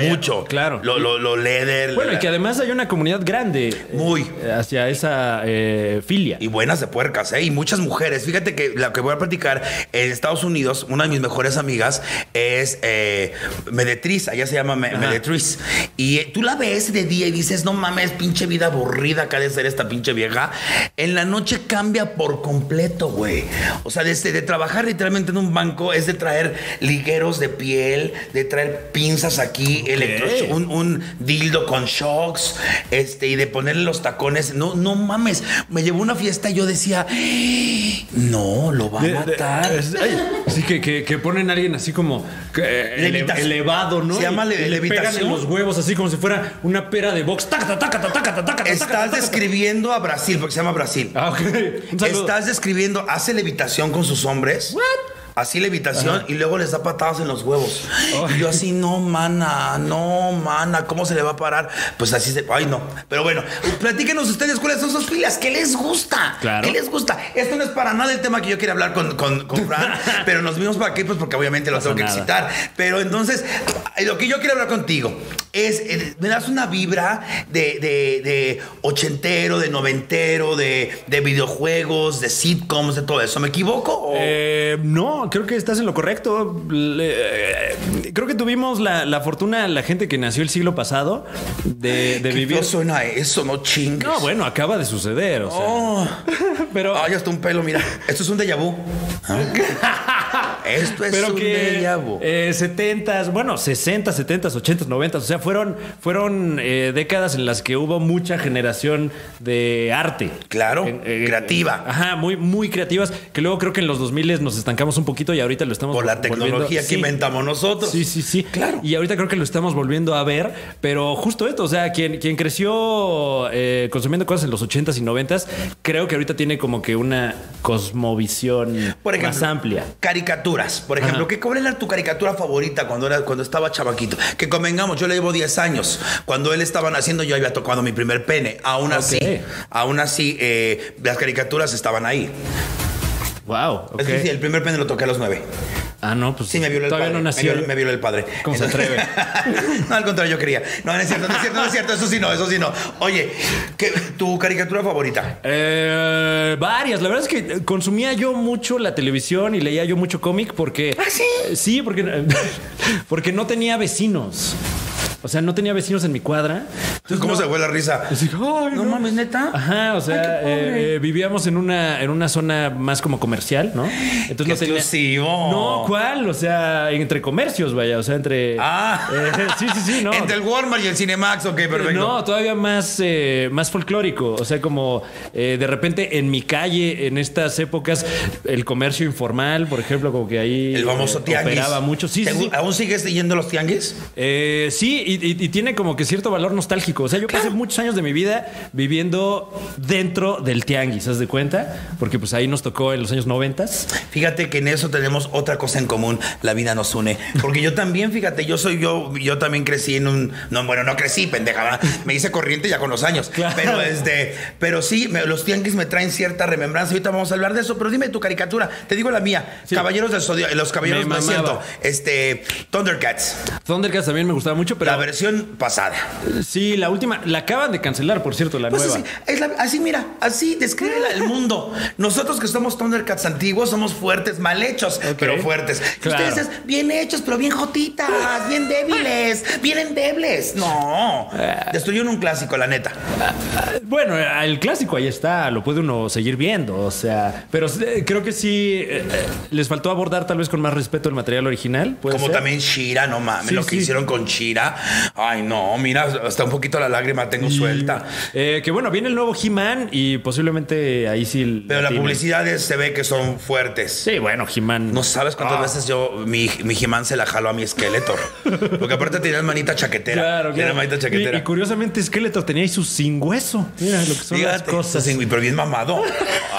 Speaker 1: mucho.
Speaker 2: Ah, ya, claro.
Speaker 1: Lo, lo, lo leather.
Speaker 2: Bueno,
Speaker 1: la-
Speaker 2: y que además hay una comunidad grande. eh,
Speaker 1: Muy.
Speaker 2: hacia esa eh, filia.
Speaker 1: Y buenas de puercas, ¿eh? Y muchas mujeres. Fíjate que la que voy a platicar en Estados Unidos, una de mis mejores amigas es eh, Medetriz, allá se llama Me- Medetriz. Y eh, tú la ves de día y dices, no mames, pinche vida aburrida que ha de ser esta pinche vieja. En la noche cambia por completo, güey. O sea, desde de trabajar literalmente en un banco es de traer ligueros de piel, de traer pinzas aquí, electro, un, un dildo con shocks, este, y de ponerle los tacones. No, no mames. Me llevó a una fiesta y yo decía, "Eh, no, lo va a
Speaker 2: De- de-
Speaker 1: matar.
Speaker 2: es- ay, sí, que, que, que ponen a alguien así como que, eh, ele-
Speaker 1: Levitación.
Speaker 2: elevado, ¿no?
Speaker 1: Se llama le-
Speaker 2: Y- y le pegan
Speaker 1: levitación.
Speaker 2: en los huevos así como si fuera una pera de box. Taca, taca, taca, taca, taca, taca, taca,
Speaker 1: Estás
Speaker 2: taca.
Speaker 1: describiendo a Brasil, porque se llama Brasil.
Speaker 2: Ah, ok. Un saludo.
Speaker 1: Estás describiendo, hace levitación con sus hombres. Así levitación y luego les da patadas en los huevos. Y yo así, no, mana, no, mana, ¿cómo se le va a parar? Pues así se. Ay, no. Pero bueno, platíquenos ustedes cuáles son sus filas, ¿qué les gusta?
Speaker 2: Claro.
Speaker 1: ¿Qué les gusta? Esto no es para nada el tema que yo quería hablar con, con, con Fran, pero nos vimos para aquí, pues porque obviamente lo tengo que
Speaker 2: nada.
Speaker 1: excitar. Pero entonces, lo que yo quiero hablar contigo es, eh, me das una vibra de, de- de ochentero, de noventero, de, de videojuegos, de sitcoms, de todo eso. ¿Me equivoco? o-
Speaker 2: Eh, no, creo que estás en lo correcto. Le- eh, creo que tuvimos la, la fortuna, la gente que nació el siglo pasado, de, de
Speaker 1: ¿Qué
Speaker 2: vivir.
Speaker 1: feo suena eso? No chingues.
Speaker 2: No, bueno, acaba de suceder. O sea.
Speaker 1: Oh.
Speaker 2: Pero
Speaker 1: Ay, hasta un pelo, mira. Esto es un déjà vu. Ah. Esto es
Speaker 2: pero
Speaker 1: un
Speaker 2: que
Speaker 1: déjà vu.
Speaker 2: eh, 70s, bueno, 60, 70, 80, 90, o sea, fueron, fueron eh, décadas en las que hubo mucha generación de arte.
Speaker 1: Claro,
Speaker 2: En- eh, en-
Speaker 1: creativa.
Speaker 2: en- ajá, muy, muy creativas, que luego creo que en los 2000 nos estancamos un poquito y ahorita lo estamos
Speaker 1: por la
Speaker 2: volviendo-
Speaker 1: tecnología que
Speaker 2: sí.
Speaker 1: inventamos nosotros.
Speaker 2: Sí, sí, sí.
Speaker 1: Claro.
Speaker 2: Y ahorita creo que lo estamos volviendo a ver, pero justo esto, o sea, quien, quien creció eh, consumiendo cosas en los 80s y 90s, creo que ahorita tiene como que una cosmovisión
Speaker 1: Por ejemplo,
Speaker 2: más amplia.
Speaker 1: Caricaturas, por ejemplo.
Speaker 2: Ajá.
Speaker 1: ¿qué, ¿Cuál era tu caricatura favorita cuando, era, cuando estaba chavaquito? Que convengamos, yo le llevo 10 años. Cuando él estaba naciendo, yo había tocado mi primer pene. Aún así,
Speaker 2: Ok.
Speaker 1: aún así, eh, las caricaturas estaban ahí.
Speaker 2: Wow. ok.
Speaker 1: Es decir, el primer pene lo toqué a los 9.
Speaker 2: Ah, no, pues
Speaker 1: Sí, me violó el
Speaker 2: todavía
Speaker 1: padre.
Speaker 2: no
Speaker 1: Me
Speaker 2: nació.
Speaker 1: violó, me violó el padre.
Speaker 2: ¿Cómo se
Speaker 1: Entonces- no, al contrario, yo quería. No, no es cierto, no es cierto, no es cierto. Eso sí no, eso sí no. Oye, ¿qué- ¿tu caricatura favorita?
Speaker 2: Eh, varias. La verdad es que consumía yo mucho la televisión y leía yo mucho cómic porque.
Speaker 1: ¿Ah, sí?
Speaker 2: Eh, Sí, porque, porque no tenía vecinos. O sea, no tenía vecinos en mi cuadra. Entonces,
Speaker 1: ¿Cómo
Speaker 2: no-
Speaker 1: se fue la risa?
Speaker 2: Así, "Ay,
Speaker 1: No mames, ¿neta?
Speaker 2: Ajá, o sea,
Speaker 1: Ay, qué padre.
Speaker 2: eh, eh, vivíamos en una, en una zona más como comercial, ¿no? Entonces
Speaker 1: ¡Qué
Speaker 2: no tenía-
Speaker 1: exclusivo!
Speaker 2: No, ¿cuál? O sea, entre comercios, vaya, o sea, entre.
Speaker 1: Ah.
Speaker 2: Eh, sí, sí, sí, no.
Speaker 1: Entre el Walmart y el Cinemax, ok, perfecto.
Speaker 2: No, todavía más, eh, más folclórico. O sea, como eh, de repente en mi calle, en estas épocas, el comercio informal, por ejemplo, como que ahí
Speaker 1: El famoso
Speaker 2: eh,
Speaker 1: tianguis.
Speaker 2: operaba mucho. Sí,
Speaker 1: ¿Te
Speaker 2: sí,
Speaker 1: gu-
Speaker 2: sí.
Speaker 1: ¿Aún sigues yendo a los tianguis?
Speaker 2: Eh, sí, y, y- y tiene como que cierto valor nostálgico. O sea, yo pasé muchos años de mi vida viviendo dentro del tianguis, ¿haz de cuenta? Porque pues ahí nos tocó en los años noventas.
Speaker 1: Fíjate que en eso tenemos otra cosa en común. La vida nos une. Porque yo también, fíjate, yo soy yo, yo también crecí en un. No, bueno, no crecí, pendeja. ¿verdad? Me hice corriente ya con los años.
Speaker 2: Claro.
Speaker 1: Pero este, pero sí, me- los tianguis me traen cierta remembranza. Ahorita vamos a hablar de eso. Pero dime tu caricatura. Te digo la mía.
Speaker 2: Sí.
Speaker 1: Caballeros del Sodio, los caballeros
Speaker 2: Me
Speaker 1: no es cierto.
Speaker 2: mamaba.
Speaker 1: Este, Thundercats,
Speaker 2: Thundercats también me gustaba mucho, pero
Speaker 1: la versión pasada.
Speaker 2: sí, la última, la acaban de cancelar, por cierto, la
Speaker 1: Pues
Speaker 2: nueva.
Speaker 1: así, es la- así, mira, así describe la- el mundo. Nosotros que somos Thundercats antiguos somos fuertes, mal hechos, pero fuertes. Y
Speaker 2: Claro.
Speaker 1: Ustedes es bien hechos, pero bien jotitas, bien débiles, bien endebles. No,
Speaker 2: Eh.
Speaker 1: destruyeron un clásico, la neta.
Speaker 2: Bueno, el clásico ahí está, lo puede uno seguir viendo, o sea, pero eh, creo que sí eh, eh, les faltó abordar tal vez con más respeto el material original. ¿puede
Speaker 1: Como
Speaker 2: ser?
Speaker 1: también Shira, no mames,
Speaker 2: Sí,
Speaker 1: lo que
Speaker 2: sí.
Speaker 1: hicieron con Shira. Ay, no, mira, hasta un poquito la lágrima tengo
Speaker 2: Y,
Speaker 1: suelta.
Speaker 2: eh, que bueno, viene el nuevo He-Man y posiblemente ahí sí.
Speaker 1: Pero la
Speaker 2: tienen.
Speaker 1: publicidad es- se ve que son fuertes.
Speaker 2: Sí, bueno, He-Man.
Speaker 1: No sabes cuántas veces yo, mi, mi He-Man se la jaló a mi esqueleto. Porque aparte tenía manita chaquetera.
Speaker 2: Claro,
Speaker 1: Tenía
Speaker 2: claro.
Speaker 1: manita
Speaker 2: Y,
Speaker 1: chaquetera.
Speaker 2: y curiosamente, Skeletor tenía ahí su sin hueso. Mira lo que son las
Speaker 1: Fíjate,
Speaker 2: cosas.
Speaker 1: sí, pero bien mamado.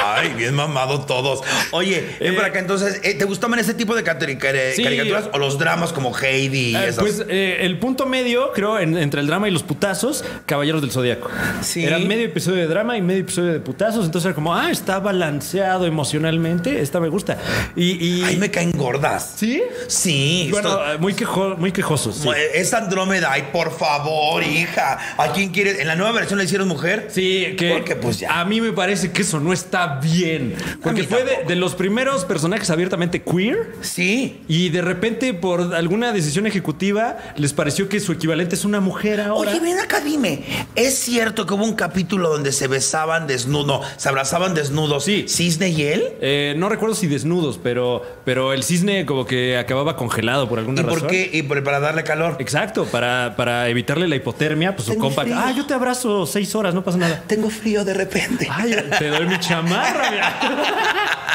Speaker 1: Ay, bien mamado todos. Oye, ven
Speaker 2: Eh,
Speaker 1: para acá entonces, eh, ¿te gustaban ese tipo de cateri- care-
Speaker 2: Sí.
Speaker 1: caricaturas o los dramas como Heidi y
Speaker 2: Ah,
Speaker 1: esas?
Speaker 2: pues eh, el punto medio, creo, en- entre el drama y los putazos, Caballeros del Zodíaco.
Speaker 1: Sí.
Speaker 2: Era medio episodio de drama y medio episodio de putazos. Entonces era como, ah, está balanceado emocionalmente. Esta me gusta. Y. y
Speaker 1: Ay, me caen gordas.
Speaker 2: ¿Sí?
Speaker 1: Sí.
Speaker 2: Bueno,
Speaker 1: esto-
Speaker 2: eh, muy, quejo- muy quejosos. sí.
Speaker 1: Eh, Es Andrómeda, ay, por favor, hija. ¿A quién quieres? ¿En la nueva versión la hicieron mujer?
Speaker 2: Sí, que
Speaker 1: Porque pues ya.
Speaker 2: a mí me parece que eso no está bien. Porque
Speaker 1: mí
Speaker 2: fue de,
Speaker 1: tampoco.
Speaker 2: de los primeros personajes abiertamente queer
Speaker 1: Sí.
Speaker 2: y de repente por alguna decisión ejecutiva les pareció que su equivalente es una mujer ahora.
Speaker 1: Oye, ven acá, dime. ¿Es cierto que hubo un capítulo donde se besaban desnudos? No, se abrazaban desnudos.
Speaker 2: Sí.
Speaker 1: ¿Cisne y él?
Speaker 2: Eh, no recuerdo si desnudos, pero, pero el cisne como que acababa congelado por alguna
Speaker 1: ¿Y por
Speaker 2: razón.
Speaker 1: qué? ¿Y por- para darle calor?
Speaker 2: Exacto, para, para evitarle la hipotermia, pues su
Speaker 1: Tengo
Speaker 2: compa.
Speaker 1: frío.
Speaker 2: Ah, yo te abrazo seis horas, no pasa nada.
Speaker 1: Tengo frío de repente.
Speaker 2: Ay, te doy mi chamarra. mira.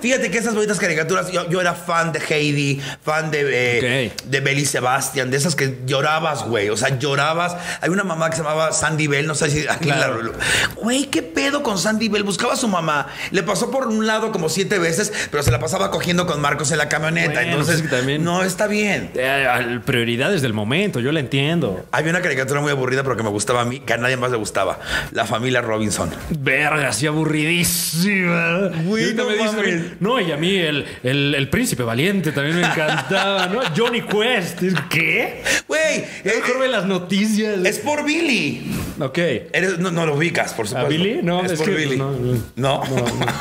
Speaker 1: Fíjate que esas bonitas caricaturas, yo, yo era fan de Heidi, fan de, eh,
Speaker 2: Ok.
Speaker 1: de Belly Sebastian, de esas que llorabas, güey. O sea, llorabas. Hay una mamá que se llamaba Sandy Bell, no sé si aquí la-
Speaker 2: Claro.
Speaker 1: Güey, qué pedo con Sandy Bell. Buscaba a su mamá, le pasó por un lado como siete veces, pero se la pasaba cogiendo con Marcos en la camioneta.
Speaker 2: Bueno,
Speaker 1: Entonces,
Speaker 2: pues es que también-
Speaker 1: no está bien.
Speaker 2: Eh, al- prioridades del momento, yo la entiendo.
Speaker 1: Había una caricatura muy aburrida, pero que me gustaba a mí, que a nadie más le gustaba. La familia Robinson.
Speaker 2: Verga, así aburridísima.
Speaker 1: Güey,
Speaker 2: Y ahorita
Speaker 1: no
Speaker 2: me dices,
Speaker 1: mames.
Speaker 2: "Oye, no, y a mí el, el- el príncipe valiente también me encantaba, ¿no? Johnny Quest. ¿Qué?
Speaker 1: Güey, eh,
Speaker 2: Mejor ve las noticias.
Speaker 1: es por Billy.
Speaker 2: Ok.
Speaker 1: Eres- no, no lo ubicas, por supuesto.
Speaker 2: Billy? No,
Speaker 1: es,
Speaker 2: es
Speaker 1: por
Speaker 2: que
Speaker 1: Billy.
Speaker 2: no,
Speaker 1: No,
Speaker 2: no.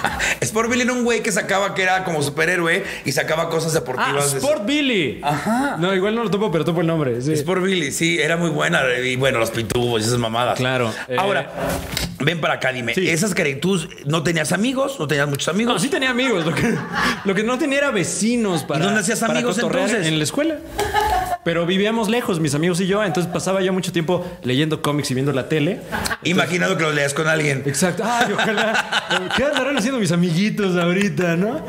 Speaker 1: es por Billy era un güey que sacaba que era como superhéroe y sacaba cosas
Speaker 2: Ah,
Speaker 1: deportivas. de-
Speaker 2: Sport Billy.
Speaker 1: Ajá.
Speaker 2: No, igual no lo topo, pero topo el nombre. sí.
Speaker 1: Es por Billy, sí, era muy buena. Y bueno, los pitubos y esas mamadas.
Speaker 2: Claro, eh.
Speaker 1: Ahora, ven para acá, dime.
Speaker 2: Sí.
Speaker 1: ¿Esas caricaturas no tenías amigos? ¿No tenías muchos
Speaker 2: No,
Speaker 1: amigos?
Speaker 2: sí tenía amigos. Lo que, lo que no tenía era vecinos para.
Speaker 1: ¿Y dónde hacías
Speaker 2: para
Speaker 1: amigos,
Speaker 2: cotorrear
Speaker 1: entonces?
Speaker 2: En la escuela. Pero vivíamos lejos, mis amigos y yo. Entonces pasaba yo mucho tiempo leyendo cómics y viendo la tele.
Speaker 1: Imaginando que los leas con alguien.
Speaker 2: Exacto. Ay, ojalá. ¿Qué andarán haciendo mis amiguitos ahorita, no?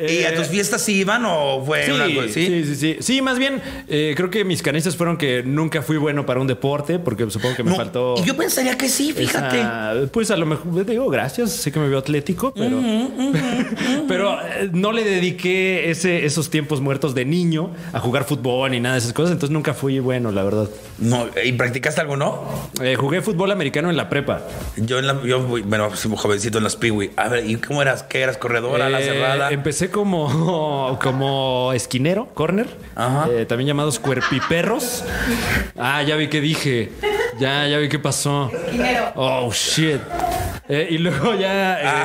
Speaker 1: ¿Y a tus fiestas sí iban o fue
Speaker 2: Eh, Sí,
Speaker 1: una cosa así?
Speaker 2: sí, sí, sí. Sí, más bien, eh, creo que mis carencias fueron que nunca fui bueno para un deporte, porque supongo que me
Speaker 1: No,
Speaker 2: faltó.
Speaker 1: y Yo pensaría que sí,
Speaker 2: esa-
Speaker 1: fíjate.
Speaker 2: pues a lo mejor te digo gracias, sé que me veo atlético, pero, pero eh, no le dediqué ese, esos tiempos muertos de niño a jugar fútbol ni nada de esas cosas, entonces nunca fui bueno, la verdad.
Speaker 1: No, ¿Y practicaste algo, no?
Speaker 2: Eh, jugué fútbol americano en la prepa.
Speaker 1: Yo, en la, yo fui- bueno, sí, jovencito en las piwi. A ver, ¿y cómo eras? ¿Qué eras? ¿Corredora, ala
Speaker 2: Eh,
Speaker 1: cerrada?
Speaker 2: Empecé como, como esquinero, corner,
Speaker 1: Ajá.
Speaker 2: eh, también llamados cuerpiperros. Ah, ya vi qué dije. Ya, ya vi qué pasó.
Speaker 3: Esquinero.
Speaker 2: Oh, shit. Eh, y luego ya eh,
Speaker 1: Ah,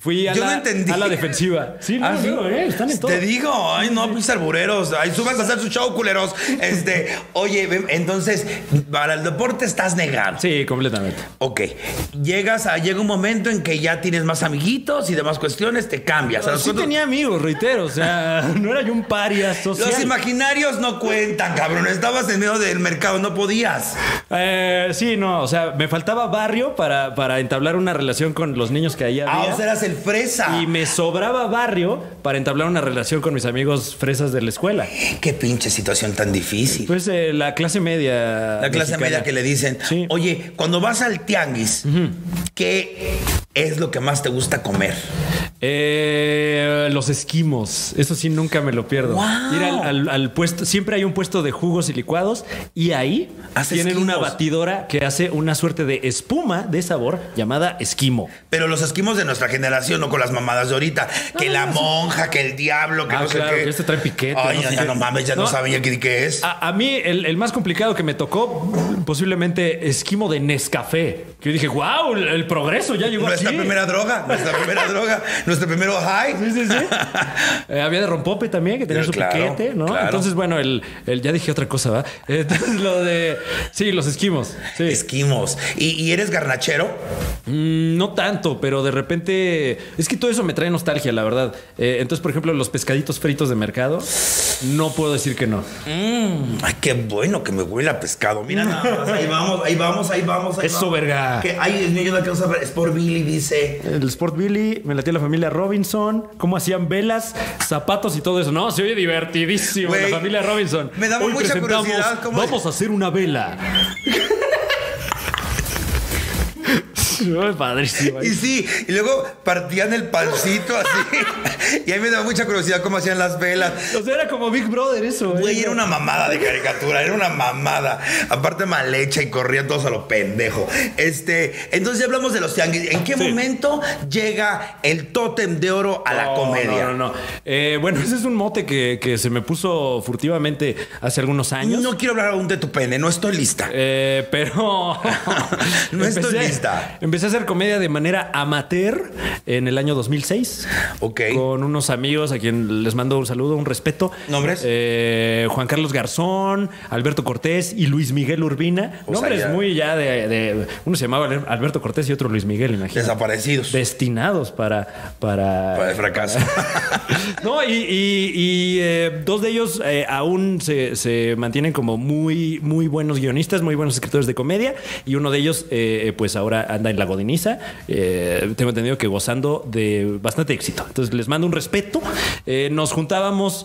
Speaker 2: fui a
Speaker 1: yo
Speaker 2: la,
Speaker 1: no entendí.
Speaker 2: a la defensiva. Sí, no,
Speaker 1: Ah, ¿sí?
Speaker 2: no, eh, están en todo.
Speaker 1: Te digo, ay, no, mis arbureros. Ay, subas a hacer su show, culeros. Este, oye, ven, entonces, para el deporte estás negado.
Speaker 2: Sí, completamente.
Speaker 1: Ok, llegas a, llega un momento en que ya tienes más amiguitos y demás cuestiones, te cambias. A los
Speaker 2: sí
Speaker 1: cuantos-
Speaker 2: tenía amigos, reitero. O sea, no era yo un paria social.
Speaker 1: Los imaginarios no cuentan, cabrón. Estabas en medio del mercado, no podías.
Speaker 2: Eh, sí, no, o sea, me faltaba barrio para, para entablar una relación con los niños que ahí había.
Speaker 1: Ah, o sea, eras el fresa.
Speaker 2: Y me sobraba barrio para entablar una relación con mis amigos fresas de la escuela.
Speaker 1: Qué pinche situación tan difícil.
Speaker 2: Pues eh, la clase media.
Speaker 1: La clase
Speaker 2: mexicana.
Speaker 1: media que le dicen,
Speaker 2: Sí.
Speaker 1: oye, cuando vas al tianguis, ¿qué es lo que más te gusta comer?
Speaker 2: Eh, los esquimos. Eso sí, nunca me lo pierdo.
Speaker 1: ¡Guau!
Speaker 2: Ir al, al- al puesto. Siempre hay un puesto de jugos y licuados y ahí
Speaker 1: Hace
Speaker 2: tienen una
Speaker 1: esquimos.
Speaker 2: batidora que hace una suerte de espuma de sabor llamada esquimo.
Speaker 1: Pero los esquimos de nuestra generación, no con las mamadas de ahorita. Que la monja, que el diablo, que
Speaker 2: Ah,
Speaker 1: no sé
Speaker 2: claro,
Speaker 1: qué.
Speaker 2: que este trae piquete,
Speaker 1: Ay,
Speaker 2: no
Speaker 1: ya,
Speaker 2: sé
Speaker 1: ya
Speaker 2: qué.
Speaker 1: no mames, ya no,
Speaker 2: No. Ah,
Speaker 1: saben ya qué, qué es.
Speaker 2: A, a mí, el, el más complicado que me tocó, posiblemente esquimo de Nescafé. Que yo dije, wow, el, el progreso ya llegó
Speaker 1: nuestra
Speaker 2: aquí".
Speaker 1: primera droga, nuestra primera droga, nuestro primero high.
Speaker 2: Sí, sí, sí. Eh, había de rompope también, que tenía
Speaker 1: Pero
Speaker 2: su
Speaker 1: claro,
Speaker 2: piquete, ¿no?
Speaker 1: claro.
Speaker 2: Entonces, bueno, el, el- ya dije otra cosa, ¿va? Entonces, lo de. Sí, los esquimos. Sí.
Speaker 1: Esquimos. ¿Y, y eres garnachero?
Speaker 2: Mm, no tanto, pero de repente. Es que todo eso me trae nostalgia, la verdad. Eh, entonces, por ejemplo, los pescaditos fritos de mercado, no puedo decir que no.
Speaker 1: Ay, qué bueno que me huele a pescado. Mira, nada más, ahí vamos, ahí vamos, ahí vamos. Ahí
Speaker 2: Eso,
Speaker 1: vamos.
Speaker 2: verga.
Speaker 1: Que, ay, Dios mío, yo no alcanzo a ver. Sport Billy dice.
Speaker 2: El Sport Billy, me latía la familia Robinson, cómo hacían velas, zapatos y todo eso. No, se oye divertidísimo
Speaker 1: Güey,
Speaker 2: la familia Robinson.
Speaker 1: me daba
Speaker 2: Hoy
Speaker 1: mucha
Speaker 2: presentamos,
Speaker 1: curiosidad cómo-
Speaker 2: Vamos a hacer una vela. Ay, Padrísimo.
Speaker 1: Y sí, y luego partían el pancito así. y a mí me daba mucha curiosidad cómo hacían las velas.
Speaker 2: O sea, era como Big Brother eso. ¿eh?
Speaker 1: Güey, era una mamada de caricatura, era una mamada. Aparte mal hecha y corrían todos a lo pendejo. Este, entonces ya hablamos de los tianguis. ¿En qué momento llega el tótem de oro a la
Speaker 2: No,
Speaker 1: comedia?
Speaker 2: No, no, no. Eh, bueno, ese es un mote que, que se me puso furtivamente hace algunos años.
Speaker 1: No quiero hablar aún de tu pene, no estoy lista.
Speaker 2: Eh, pero.
Speaker 1: No estoy
Speaker 2: Empecé-
Speaker 1: lista.
Speaker 2: Empecé a hacer comedia de manera amateur en el año 2006.
Speaker 1: Ok.
Speaker 2: Con unos amigos a quien les mando un saludo, un respeto.
Speaker 1: ¿Nombres?
Speaker 2: Eh, Juan Carlos Garzón, Alberto Cortés y Luis Miguel Urbina.
Speaker 1: O sea,
Speaker 2: Nombres
Speaker 1: ya-
Speaker 2: muy ya de, de- Uno se llamaba Alberto Cortés y otro Luis Miguel, imagínate.
Speaker 1: Desaparecidos.
Speaker 2: Destinados para. Para,
Speaker 1: Para el fracaso.
Speaker 2: no, y, y- y, eh, dos de ellos eh, aún se, se mantienen como muy, muy buenos guionistas, muy buenos escritores de comedia. Y uno de ellos, eh, pues ahora anda en la godiniza. Eh, tengo entendido que gozando de bastante éxito. Entonces les mando un respeto. Eh, nos juntábamos.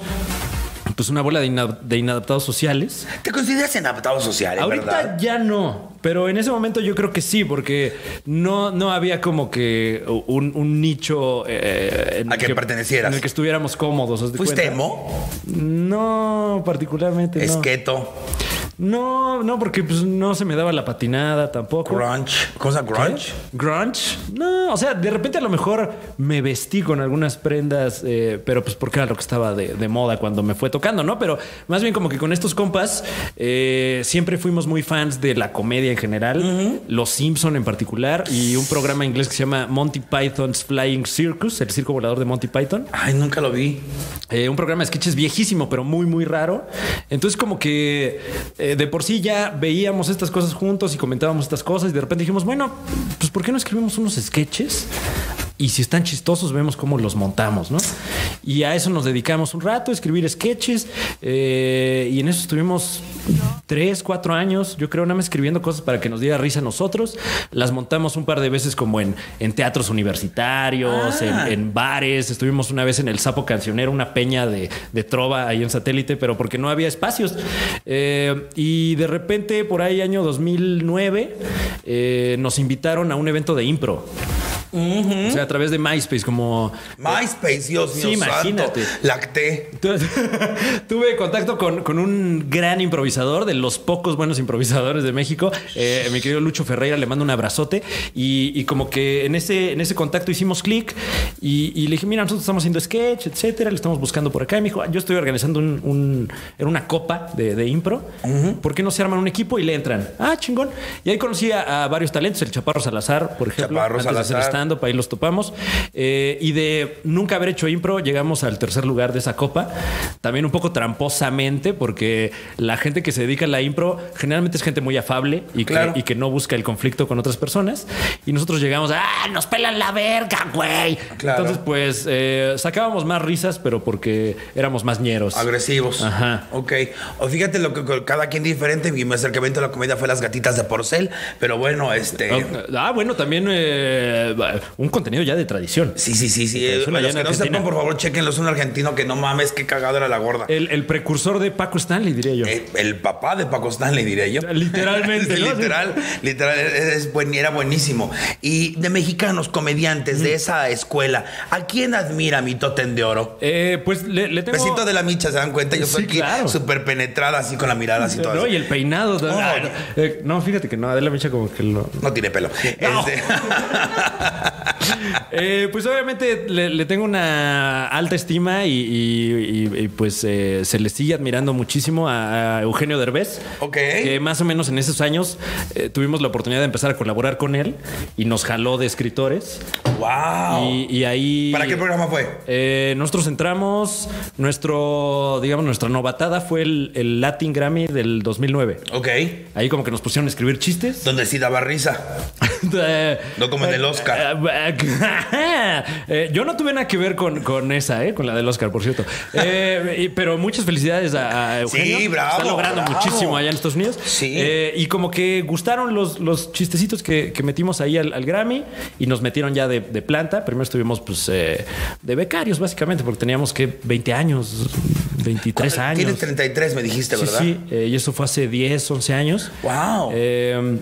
Speaker 2: Pues una bola de, ina- de inadaptados sociales.
Speaker 1: Te consideras inadaptado social, en
Speaker 2: Ahorita
Speaker 1: ¿verdad?
Speaker 2: ya no, pero en ese momento yo creo que sí, porque no, no había como que un, un nicho eh, en
Speaker 1: A
Speaker 2: el
Speaker 1: que pertenecieras.
Speaker 2: En el que estuviéramos cómodos. ¿haz de
Speaker 1: ¿Fuiste
Speaker 2: cuenta?
Speaker 1: emo?
Speaker 2: No, particularmente. no.
Speaker 1: ¿Esqueto?
Speaker 2: No, no, porque pues no se me daba la patinada tampoco.
Speaker 1: Grunge. ¿Cosa grunge?
Speaker 2: Grunge. No, o sea, de repente a lo mejor me vestí con algunas prendas, eh, pero pues porque era lo que estaba de, de moda cuando me fue tocando, ¿no? Pero más bien como que con estos compas eh, siempre fuimos muy fans de la comedia en general, Los Simpson en particular y un programa inglés que se llama Monty Python's Flying Circus, el circo volador de Monty Python.
Speaker 1: Ay, nunca lo vi.
Speaker 2: Eh, un programa de sketches viejísimo, pero muy, muy raro. Entonces, como que eh, de por sí ya veíamos estas cosas juntos y comentábamos estas cosas, y de repente dijimos, bueno, pues ¿por qué no escribimos unos sketches? Y si están chistosos, vemos cómo los montamos, ¿no? Y a eso nos dedicamos un rato, a escribir sketches. eh, y en eso estuvimos tres, cuatro años, yo creo, nada más escribiendo cosas para que nos diera risa a nosotros. Las montamos un par de veces como en, en teatros universitarios,
Speaker 1: Ah.
Speaker 2: en, en bares. Estuvimos una vez en el Sapo Cancionero, una peña de, de trova ahí en satélite, pero porque no había espacios. Eh, y de repente, por ahí, año 2009, eh, nos invitaron a un evento de impro. O sea, a través de MySpace, como
Speaker 1: MySpace, Dios mío
Speaker 2: Sí, imagínate.
Speaker 1: santo. Lacté.
Speaker 2: entonces, tuve contacto con, con un gran improvisador, de los pocos buenos improvisadores de México, eh, mi querido Lucho Ferreira, le mando un abrazote. Y, y como que en ese, en ese contacto hicimos clic y, y le dije, mira, nosotros estamos haciendo sketch, etcétera, le estamos buscando por acá. Y me dijo, "Ah, yo estoy organizando un, un- era una copa de, de impro, ¿por qué no se arman un equipo y le entran? Ah, chingón. Y ahí conocí a, a varios talentos, el Chaparro Salazar, por ejemplo,
Speaker 1: Chaparro
Speaker 2: antes de hacer
Speaker 1: Salazar.
Speaker 2: stand-up, ahí los topamos. Eh, y de nunca haber hecho impro, llegamos al tercer lugar de esa copa. También un poco tramposamente, porque la gente que se dedica a la impro generalmente es gente muy afable y,
Speaker 1: Claro.
Speaker 2: que, y que no busca el conflicto con otras personas. Y nosotros llegamos, ¡ah, nos pelan la verga, güey!
Speaker 1: Claro.
Speaker 2: Entonces, pues eh, sacábamos más risas, pero porque éramos más ñeros.
Speaker 1: Agresivos.
Speaker 2: Ajá.
Speaker 1: Ok. O fíjate lo que con cada quien diferente. Mi acercamiento a la comedia fue las gatitas de porcel. Pero bueno, este.
Speaker 2: Ah, bueno, también eh, un contenido ya de tradición.
Speaker 1: Sí, sí, sí, sí.
Speaker 2: Ok,
Speaker 1: Eh,
Speaker 2: suena
Speaker 1: Los
Speaker 2: ya
Speaker 1: que
Speaker 2: en
Speaker 1: no
Speaker 2: Argentina.
Speaker 1: sepan, por favor, chequenlo. Es un argentino que no mames, qué cagado era la gorda.
Speaker 2: El, el precursor de Paco Stanley, diría yo.
Speaker 1: Eh, El, papá de Paco Stanley, diría yo.
Speaker 2: Literalmente, ¿no?
Speaker 1: literal, literal. es- es buen- era buenísimo. Y de mexicanos, comediantes
Speaker 2: Mm.
Speaker 1: de esa escuela, ¿a quién admira mi tótem de oro?
Speaker 2: Eh, pues le, le tengo.
Speaker 1: Besito de la micha, ¿se dan cuenta? Yo soy
Speaker 2: Sí,
Speaker 1: aquí
Speaker 2: claro.
Speaker 1: súper penetrada, así con la mirada, así todo.
Speaker 2: No,
Speaker 1: así.
Speaker 2: y el peinado. también.
Speaker 1: No,
Speaker 2: Ah, No, eh, no, fíjate que no, Adela Micha como que lo...
Speaker 1: No tiene pelo.
Speaker 2: No.
Speaker 1: Este-
Speaker 2: Eh, pues obviamente le, le tengo una alta estima y, y- y- y, pues eh, se le sigue admirando muchísimo a, a Eugenio Derbez.
Speaker 1: Ok.
Speaker 2: Que más o menos en esos años eh, tuvimos la oportunidad de empezar a colaborar con él y nos jaló de escritores.
Speaker 1: wow.
Speaker 2: Y, y ahí...
Speaker 1: Oh. ¿Para qué programa fue?
Speaker 2: Eh, nosotros entramos, nuestro, digamos, nuestra novatada fue el, el Latin Grammy del 2009.
Speaker 1: Ok.
Speaker 2: Ahí como que nos pusieron a escribir chistes.
Speaker 1: Donde sí daba risa.
Speaker 2: Eh,
Speaker 1: No como en el Oscar.
Speaker 2: eh, eh, eh, yo no tuve nada que ver con, con esa, eh, con la del Oscar, por cierto. Eh, y- pero muchas felicidades a, a Eugenio.
Speaker 1: Sí, bravo,
Speaker 2: Está logrando
Speaker 1: bravo.
Speaker 2: muchísimo allá en Estados Unidos.
Speaker 1: Sí.
Speaker 2: Eh, y como que gustaron los, los chistecitos que, que metimos ahí al, al Grammy y nos metieron ya de, de planta. Primero estuvimos pues eh, de becarios, básicamente, porque teníamos que 20 años, 23 años.
Speaker 1: Tienes 33, me dijiste,
Speaker 2: Sí,
Speaker 1: ¿verdad?
Speaker 2: sí, eh, y eso fue hace 10, 11 años.
Speaker 1: Wow.
Speaker 2: Eh,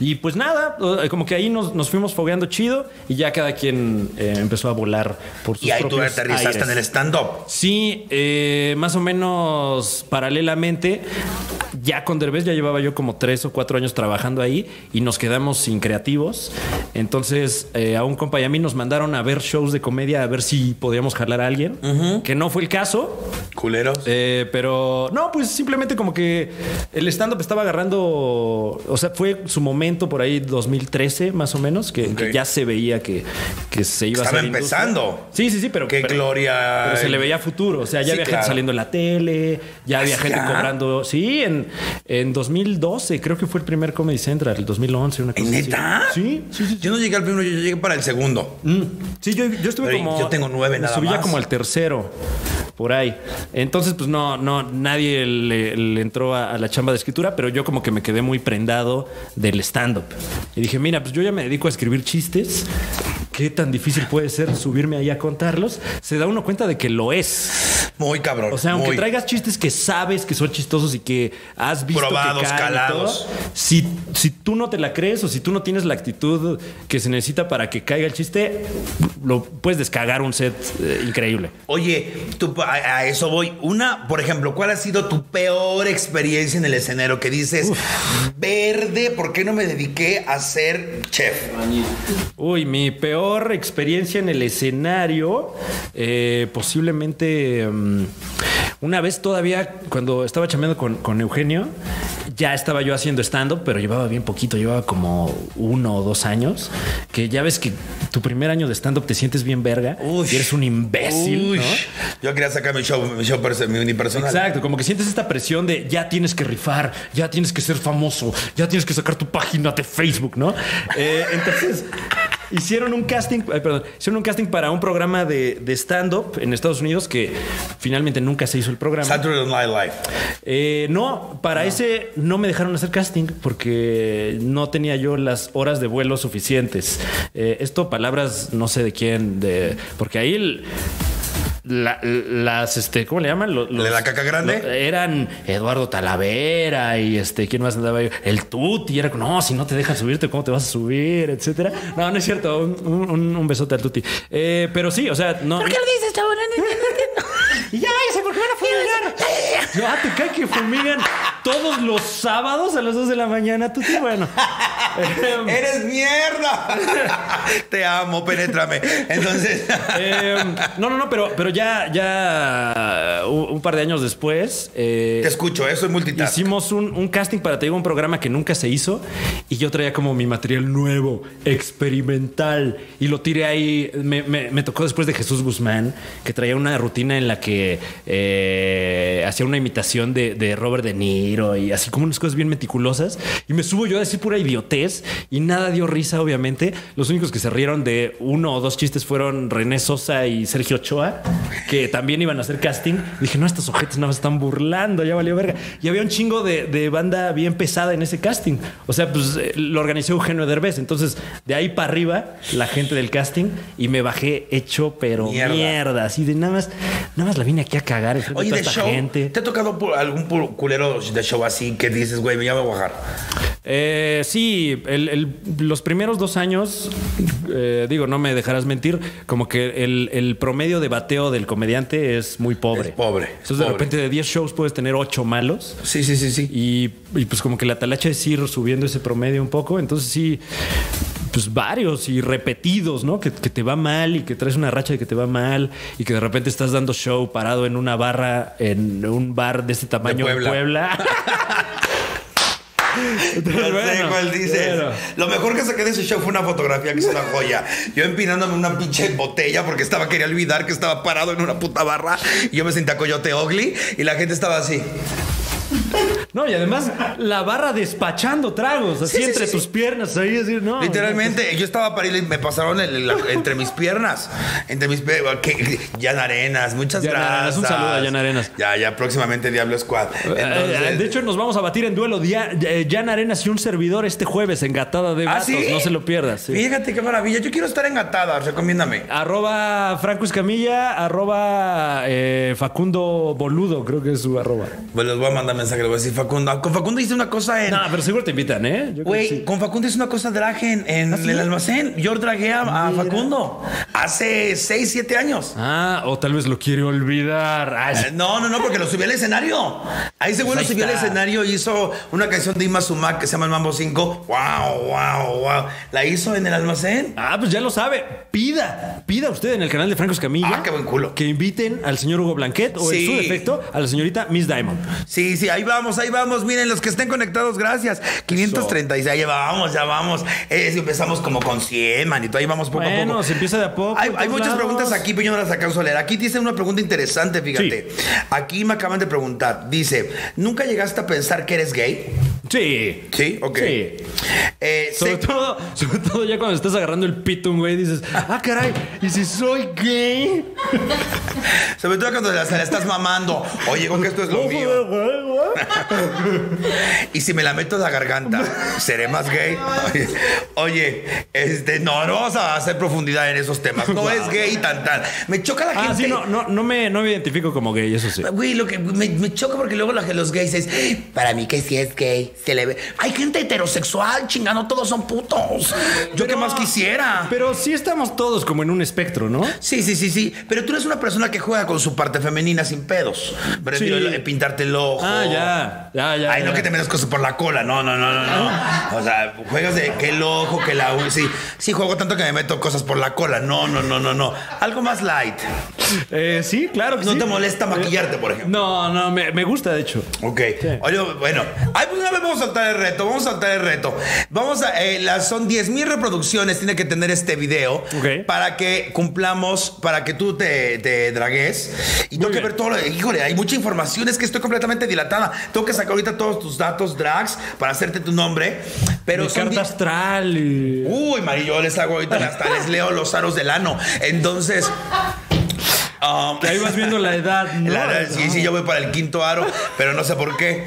Speaker 2: y pues nada, eh, como que ahí nos, nos fuimos fogueando chido y ya cada quien eh, empezó a volar por sus
Speaker 1: Y ahí tú
Speaker 2: propios
Speaker 1: aterrizaste
Speaker 2: aires.
Speaker 1: en el stand-up.
Speaker 2: Sí, eh, más o menos paralelamente, ya con Derbez ya llevaba yo como tres o cuatro años trabajando ahí y nos quedamos sin creativos. Entonces, eh, a un compa y a mí nos mandaron a ver shows de comedia a ver si podíamos jalar a alguien, que no fue el caso.
Speaker 1: Culeros.
Speaker 2: Eh, pero no, pues simplemente como que el stand-up estaba agarrando, o sea, fue su momento por ahí 2013 más o menos, que, que
Speaker 1: Ok.
Speaker 2: ya se veía que, que se iba
Speaker 1: Estaba
Speaker 2: a hacer industria.
Speaker 1: empezando.
Speaker 2: Sí, sí, sí, pero,
Speaker 1: Qué
Speaker 2: pero-
Speaker 1: gloria.
Speaker 2: pero se le veía futuro, o sea, ya
Speaker 1: Sí,
Speaker 2: había
Speaker 1: claro.
Speaker 2: gente saliendo en la tele, ya había
Speaker 1: ¿Ah,
Speaker 2: gente
Speaker 1: ya?
Speaker 2: cobrando, sí, en, en 2012 creo que fue el primer Comedy Central, el 2011, una
Speaker 1: ¿Eh,
Speaker 2: cosa así.
Speaker 1: ¿Neta?
Speaker 2: Sí, sí, sí.
Speaker 1: Yo no llegué al primero, yo llegué para el segundo.
Speaker 2: Mm. Sí, yo, yo estuve
Speaker 1: Pero
Speaker 2: como.
Speaker 1: yo tengo nueve
Speaker 2: me
Speaker 1: nada
Speaker 2: subí ya
Speaker 1: más.
Speaker 2: como al tercero, por ahí. Entonces, pues no, no, nadie le, le entró a, a la chamba de escritura, pero yo como que me quedé muy prendado del stand-up. Y dije, mira, pues yo ya me dedico a escribir chistes. ¿Qué tan difícil puede ser subirme ahí a contarlos? Se da uno cuenta de que lo es.
Speaker 1: Muy cabrón.
Speaker 2: O sea, aunque
Speaker 1: muy.
Speaker 2: traigas chistes que sabes que son chistosos y que has visto
Speaker 1: Probados,
Speaker 2: que caen y todo,
Speaker 1: calados.
Speaker 2: si, si tú no te la crees o si tú no tienes la actitud que se necesita para que caiga el chiste, lo puedes descagar un set eh, increíble.
Speaker 1: Oye, tú, a, a eso voy. Una, por ejemplo, ¿cuál ha sido tu peor experiencia en el escenario? Que dices, verde, ¿por qué no me dediqué a ser chef?
Speaker 2: Uy, mi peor experiencia en el escenario, eh, posiblemente mm, una vez todavía cuando estaba chameando con, con Eugenio, ya estaba yo haciendo stand-up, pero llevaba bien poquito, llevaba como uno o dos años, que ya ves que tu primer año de stand-up te sientes bien verga
Speaker 1: Uy.
Speaker 2: y eres un imbécil.
Speaker 1: Uy,
Speaker 2: ¿no?
Speaker 1: Yo quería sacar mi show, mi show perso- mi unipersonal.
Speaker 2: Exacto, como que sientes esta presión de ya tienes que rifar, ya tienes que ser famoso, ya tienes que sacar tu página de Facebook, ¿no? Eh, entonces hicieron un casting, ay, perdón, hicieron un casting para un programa de, de stand-up en Estados Unidos que finalmente nunca se hizo el programa.
Speaker 1: Saturday Night Live.
Speaker 2: Eh, no, para ese no me dejaron hacer casting porque no tenía yo las horas de vuelo suficientes. Eh, esto palabras no sé de quién, de porque ahí el- la- las este, ¿cómo le llaman? Lo- Los,
Speaker 1: ¿De la caca grande?
Speaker 2: lo- eran Eduardo Talavera y este, ¿quién más andaba ahí? El Tuti, era como, no, si no te dejan subirte, ¿cómo te vas a subir? Etcétera. No, no es cierto, un, un- un besote al Tuti. Eh, pero sí, o sea, no.
Speaker 3: ¿Por qué lo dices, chavo? No, no, no, no, no.
Speaker 2: Y ya, ya sé por qué van a fumigar. No, te cae que fumigan todos los sábados a las 2 de la mañana. Tú sí, bueno. Em,
Speaker 1: ¡Eres mierda! Te amo, penétrame. Entonces,
Speaker 2: em, no, no, no, pero, pero ya, ya uh, un, un par de años después. eh,
Speaker 1: te escucho, eso es multitask.
Speaker 2: Hicimos un, un casting para, te digo, un programa que nunca se hizo y yo traía como mi material nuevo, experimental, y lo tiré ahí. Me, me- me tocó después de Jesús Guzmán, que traía una rutina en la que eh, hacía una imitación de, de Robert De Niro y así como unas cosas bien meticulosas. Y me subo yo a decir pura idiotez y nada dio risa, obviamente. Los únicos que se rieron de uno o dos chistes fueron René Sosa y Sergio Ochoa, que también iban a hacer casting. Dije, no, estos ojetes nada más están burlando, ya valió verga. Y había un chingo de, de banda bien pesada en ese casting. O sea, pues eh, lo organizó Eugenio Derbez. Entonces, de ahí para arriba, la gente del casting y me bajé hecho, pero
Speaker 1: Mierda.
Speaker 2: mierda. así de nada más, nada más la vine aquí a cagar en frente
Speaker 1: Oye,
Speaker 2: de toda
Speaker 1: de
Speaker 2: esta
Speaker 1: show,
Speaker 2: gente.
Speaker 1: ¿te ha tocado pu- algún pu- culero de show así que dices, güey, me llamo a bajar?
Speaker 2: Eh, sí, el- el- los primeros dos años, eh, digo, no me dejarás mentir, como que el, el promedio de bateo del comediante es muy pobre.
Speaker 1: Es pobre, es
Speaker 2: Entonces, de
Speaker 1: pobre.
Speaker 2: repente, de 10 shows puedes tener 8 malos.
Speaker 1: Sí, sí, sí, sí.
Speaker 2: Y, y, pues como que la talacha es ir subiendo ese promedio un poco. Entonces sí, pues varios y repetidos, ¿no? Que, que te va mal y que traes una racha de que te va mal y que de repente estás dando show parado en una barra, en un bar de este tamaño
Speaker 1: Puebla.
Speaker 2: en Puebla.
Speaker 1: No
Speaker 2: Entonces,
Speaker 1: sé
Speaker 2: bueno,
Speaker 1: cuál dices.
Speaker 2: bueno.
Speaker 1: Lo mejor que saqué de ese show fue una fotografía que es una joya. Yo empinándome una pinche botella porque estaba quería olvidar que estaba parado en una puta barra y yo me sentía coyote ogly y la gente estaba así.
Speaker 2: No, y además la barra despachando tragos, así
Speaker 1: Sí, sí,
Speaker 2: entre
Speaker 1: sí,
Speaker 2: tus piernas, ahí así, no.
Speaker 1: Literalmente, yo estaba parido y me pasaron el- la- entre mis piernas. Entre mis piernas. Jan Arenas, muchas
Speaker 2: Jan
Speaker 1: gracias.
Speaker 2: Arenas, un saludo a Jan Arenas.
Speaker 1: Ya, ya, próximamente Diablo Squad.
Speaker 2: Eh,
Speaker 1: Entonces-
Speaker 2: de hecho, nos vamos a batir en duelo dia- eh, Jan Arenas y un servidor este jueves en Gatada de
Speaker 1: ¿Ah,
Speaker 2: Gatos.
Speaker 1: sí?
Speaker 2: No se lo pierdas. sí.
Speaker 1: Fíjate qué maravilla. Yo quiero estar engatada, recomiéndame.
Speaker 2: Arroba Franco Escamilla, arroba eh, Facundo Boludo, creo que es su arroba.
Speaker 1: Pues les voy a mandar mensaje, les voy a decir Facundo. Ah, Con Facundo hice una cosa en.
Speaker 2: No, pero seguro te invitan, ¿eh? Yo creo
Speaker 1: Güey,
Speaker 2: que sí. ¿Ah,
Speaker 1: con Facundo hice una cosa drag en, en el almacén. Yo dragué a, a Facundo hace 6, 7 años.
Speaker 2: Ah, o tal vez lo quiere olvidar. Ah, Ay, sí.
Speaker 1: Eh, No, no, no, porque lo subí al escenario. Ahí ese güey lo
Speaker 2: Pues ahí
Speaker 1: subió al
Speaker 2: está.
Speaker 1: escenario y hizo una canción de Ima Sumac que se llama El Mambo 5. ¡Wow, wow, wow! La hizo en el almacén.
Speaker 2: Ah, pues ya lo sabe. Pida, pida usted en el canal de Franco Escamilla
Speaker 1: Ah, qué buen culo.
Speaker 2: que inviten al señor Hugo Blanquet o
Speaker 1: Sí.
Speaker 2: en su defecto a la señorita Miss Diamond.
Speaker 1: Sí, sí, ahí vamos, ahí vamos. Miren, los que estén conectados, gracias. 536, ya vamos, ya vamos. Eh, si empezamos como con 100, manito. Ahí vamos poco a
Speaker 2: Bueno,
Speaker 1: poco.
Speaker 2: se empieza de a poco,
Speaker 1: Hay,
Speaker 2: en
Speaker 1: hay
Speaker 2: todos
Speaker 1: muchas
Speaker 2: lados.
Speaker 1: preguntas aquí, pero yo no las alcanzo a leer. Aquí dice una pregunta interesante, fíjate. Aquí me acaban de preguntar. Dice, ¿nunca llegaste a pensar que eres gay?
Speaker 2: Sí.
Speaker 1: Sí, ok.
Speaker 2: Sí.
Speaker 1: Eh,
Speaker 2: Sobre
Speaker 1: se-
Speaker 2: todo, sobre todo ya cuando estás agarrando el pito, un güey, dices, ah, caray, ¿y si soy gay?
Speaker 1: Sobre todo cuando la, se la estás mamando. Oye, con que esto es lo mío. Y si me la meto en la garganta, ¿seré más gay? Oye, Oye, este, no, no vamos a hacer profundidad en esos temas. No es gay tan tan. Me choca la
Speaker 2: Ah,
Speaker 1: gente.
Speaker 2: sí, no, no, no me, no me identifico como gay, eso sí.
Speaker 1: Güey, lo que me, me choca porque luego la- los gays es.
Speaker 4: Para mí que sí es gay, se le ve. Hay gente heterosexual, chingando, todos son putos.
Speaker 1: Yo qué más quisiera.
Speaker 2: Pero sí estamos todos como en un espectro, ¿no?
Speaker 1: Sí, sí, sí, sí. Pero tú eres una persona que juega con su parte femenina sin pedos. Prefiero
Speaker 2: Sí.
Speaker 1: el- pintarte el ojo.
Speaker 2: Ah, ya, ya, ya.
Speaker 1: Oh. Ay, no
Speaker 2: ya. Ah.
Speaker 1: que te metas cosas por la cola. No, no, no, no, no. O sea, juegas de que el ojo, que la u- Sí, sí, juego tanto que me meto cosas por la cola. No, no, no, no, no. Algo más light.
Speaker 2: Eh, sí, claro que
Speaker 1: No
Speaker 2: sí.
Speaker 1: te molesta maquillarte, por ejemplo.
Speaker 2: No, no, me, me gusta, de hecho.
Speaker 1: Ok. Oye, bueno. Ay, pues una vez vamos a saltar el reto. Vamos a saltar el reto. Vamos a. eh, las, son 10.000 reproducciones. Tiene que tener este video.
Speaker 2: Ok.
Speaker 1: Para que cumplamos. Para que tú te, te dragues. Y tengo que
Speaker 2: bien.
Speaker 1: ver todo. lo- Híjole, hay mucha información. Es que estoy completamente dilatada. Tengo que sacar ahorita todos tus datos, drags. Para hacerte tu nombre. Pero
Speaker 2: Mi
Speaker 1: son
Speaker 2: carta
Speaker 1: 10
Speaker 2: astral y-
Speaker 1: Uy, Mari, yo les hago ahorita. Hasta les leo los aros del ano. Entonces. um,
Speaker 2: Que ahí vas viendo la edad, ¿no?
Speaker 1: la verdad, sí, sí, yo voy para el quinto aro, pero no sé por qué.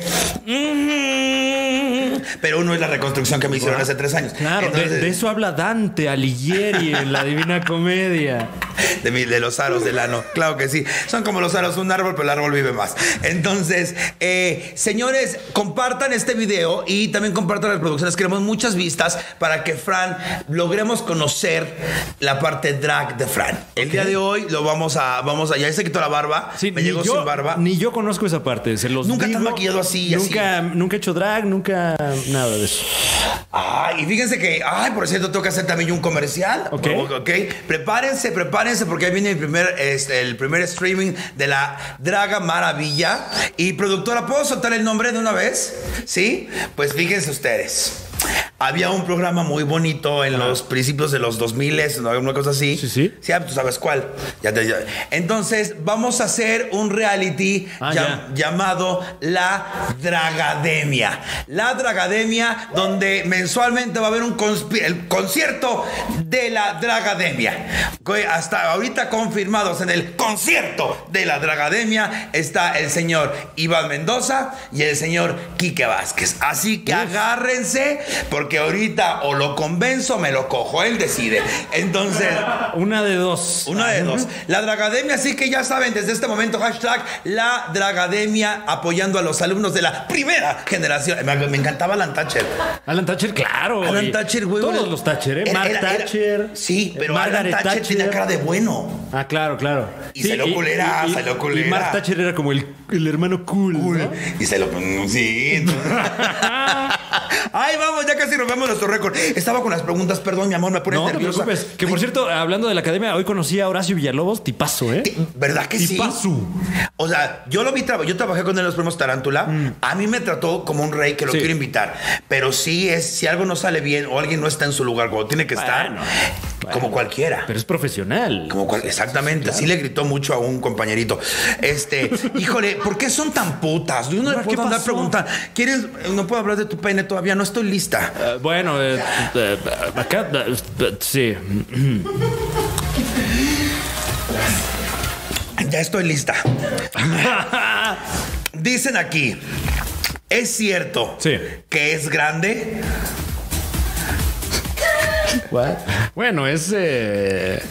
Speaker 1: Pero uno es la reconstrucción que me hicieron hace tres años.
Speaker 2: Claro, de-
Speaker 1: Entonces,
Speaker 2: de, este- eso habla Dante Alighieri en la Divina Comedia.
Speaker 1: de, mi- de los aros del ano. Claro que sí. Son como los aros de un árbol, pero el árbol vive más. Entonces, eh, señores, compartan este video y también compartan las producciones. Queremos muchas vistas para que Fran logremos conocer la parte drag de Fran. El día de hoy lo vamos a, vamos a, ya se quitó la barba.
Speaker 2: Sí,
Speaker 1: me
Speaker 2: ni
Speaker 1: llegó
Speaker 2: yo-
Speaker 1: sin barba.
Speaker 2: Ni yo conozco esa parte, se los
Speaker 1: Nunca te has
Speaker 2: digo.
Speaker 1: maquillado así, así.
Speaker 2: Nunca, nunca he hecho drag, nunca nada de eso.
Speaker 1: Ay, y fíjense que, ay, por cierto, tengo que hacer también yo un comercial.
Speaker 2: Ok.
Speaker 1: Ok. Prepárense, prepárense, porque ahí viene el primer, este, el primer streaming de la Draga Maravilla. Y productora, ¿puedo soltar el nombre de una vez? ¿Sí? Pues fíjense ustedes. Había un programa muy bonito en los principios de los 2000, ¿no? una cosa así.
Speaker 2: Sí, sí.
Speaker 1: Sí, ah, tú sabes cuál. Ya te- ya. Entonces, vamos a hacer un reality
Speaker 2: Ah,
Speaker 1: llam- llamado La Dragademia. La Dragademia, donde mensualmente va a haber un conspi- el concierto de la Dragademia. Ok, Hasta ahorita confirmados en el concierto de la Dragademia está el señor Iván Mendoza y el señor Quique Vázquez. Así que agárrense, porque ahorita o lo convenzo o me lo cojo. Él decide. Entonces.
Speaker 2: Una de dos.
Speaker 1: Una de dos. La Dragademia, así que ya saben, desde este momento, hashtag La Dragademia apoyando a los alumnos de la primera generación. Me, me encantaba Alan Thatcher.
Speaker 2: Alan Thatcher, claro.
Speaker 1: Alan
Speaker 2: y
Speaker 1: Thatcher, güey.
Speaker 2: Todos
Speaker 1: era-
Speaker 2: los Thatcher, ¿eh?
Speaker 1: era-
Speaker 2: Mark
Speaker 1: era- era-
Speaker 2: Thatcher.
Speaker 1: Sí,
Speaker 2: eh,
Speaker 1: pero Alan
Speaker 2: Margaret
Speaker 1: Thatcher, tenía cara de bueno.
Speaker 2: Ah, claro, claro.
Speaker 1: Y salió culera, salió culera.
Speaker 2: Y Mark Thatcher era como el, el hermano cool. ¿no?
Speaker 1: Y se lo. Sí. entonces- Ay, vamos, ya casi rompemos nuestro récord. Estaba con las preguntas, perdón, mi amor, me pone
Speaker 2: No, no te
Speaker 1: nerviosa.
Speaker 2: preocupes. Que por cierto, hablando de la academia, hoy conocí a Horacio Villalobos, tipazo, ¿eh?
Speaker 1: ¿Verdad que sí?
Speaker 2: Tipazo.
Speaker 1: O sea, yo lo vi, traba- yo trabajé con él en los premios Tarántula. A mí me trató como un rey que lo
Speaker 2: Mm. Sí.
Speaker 1: quiero invitar. Pero sí es, si algo no sale bien o alguien no está en su lugar cuando tiene que estar,
Speaker 2: Bueno,
Speaker 1: como cualquiera.
Speaker 2: Pero es profesional.
Speaker 1: Como cual- exactamente, sí le gritó mucho a un compañerito. Este, híjole, ¿por qué son tan putas? Yo no le
Speaker 2: Ahora,
Speaker 1: puedo
Speaker 2: ¿qué
Speaker 1: andar
Speaker 2: pasó?
Speaker 1: preguntando. ¿Quieres? No puedo hablar de tu pene todavía, no estoy lista.
Speaker 2: Eh, bueno, eh, eh, acá eh, eh, sí.
Speaker 1: Ya estoy lista. Dicen aquí, ¿es cierto
Speaker 2: Sí.
Speaker 1: que es grande?
Speaker 2: Bueno, es. eh,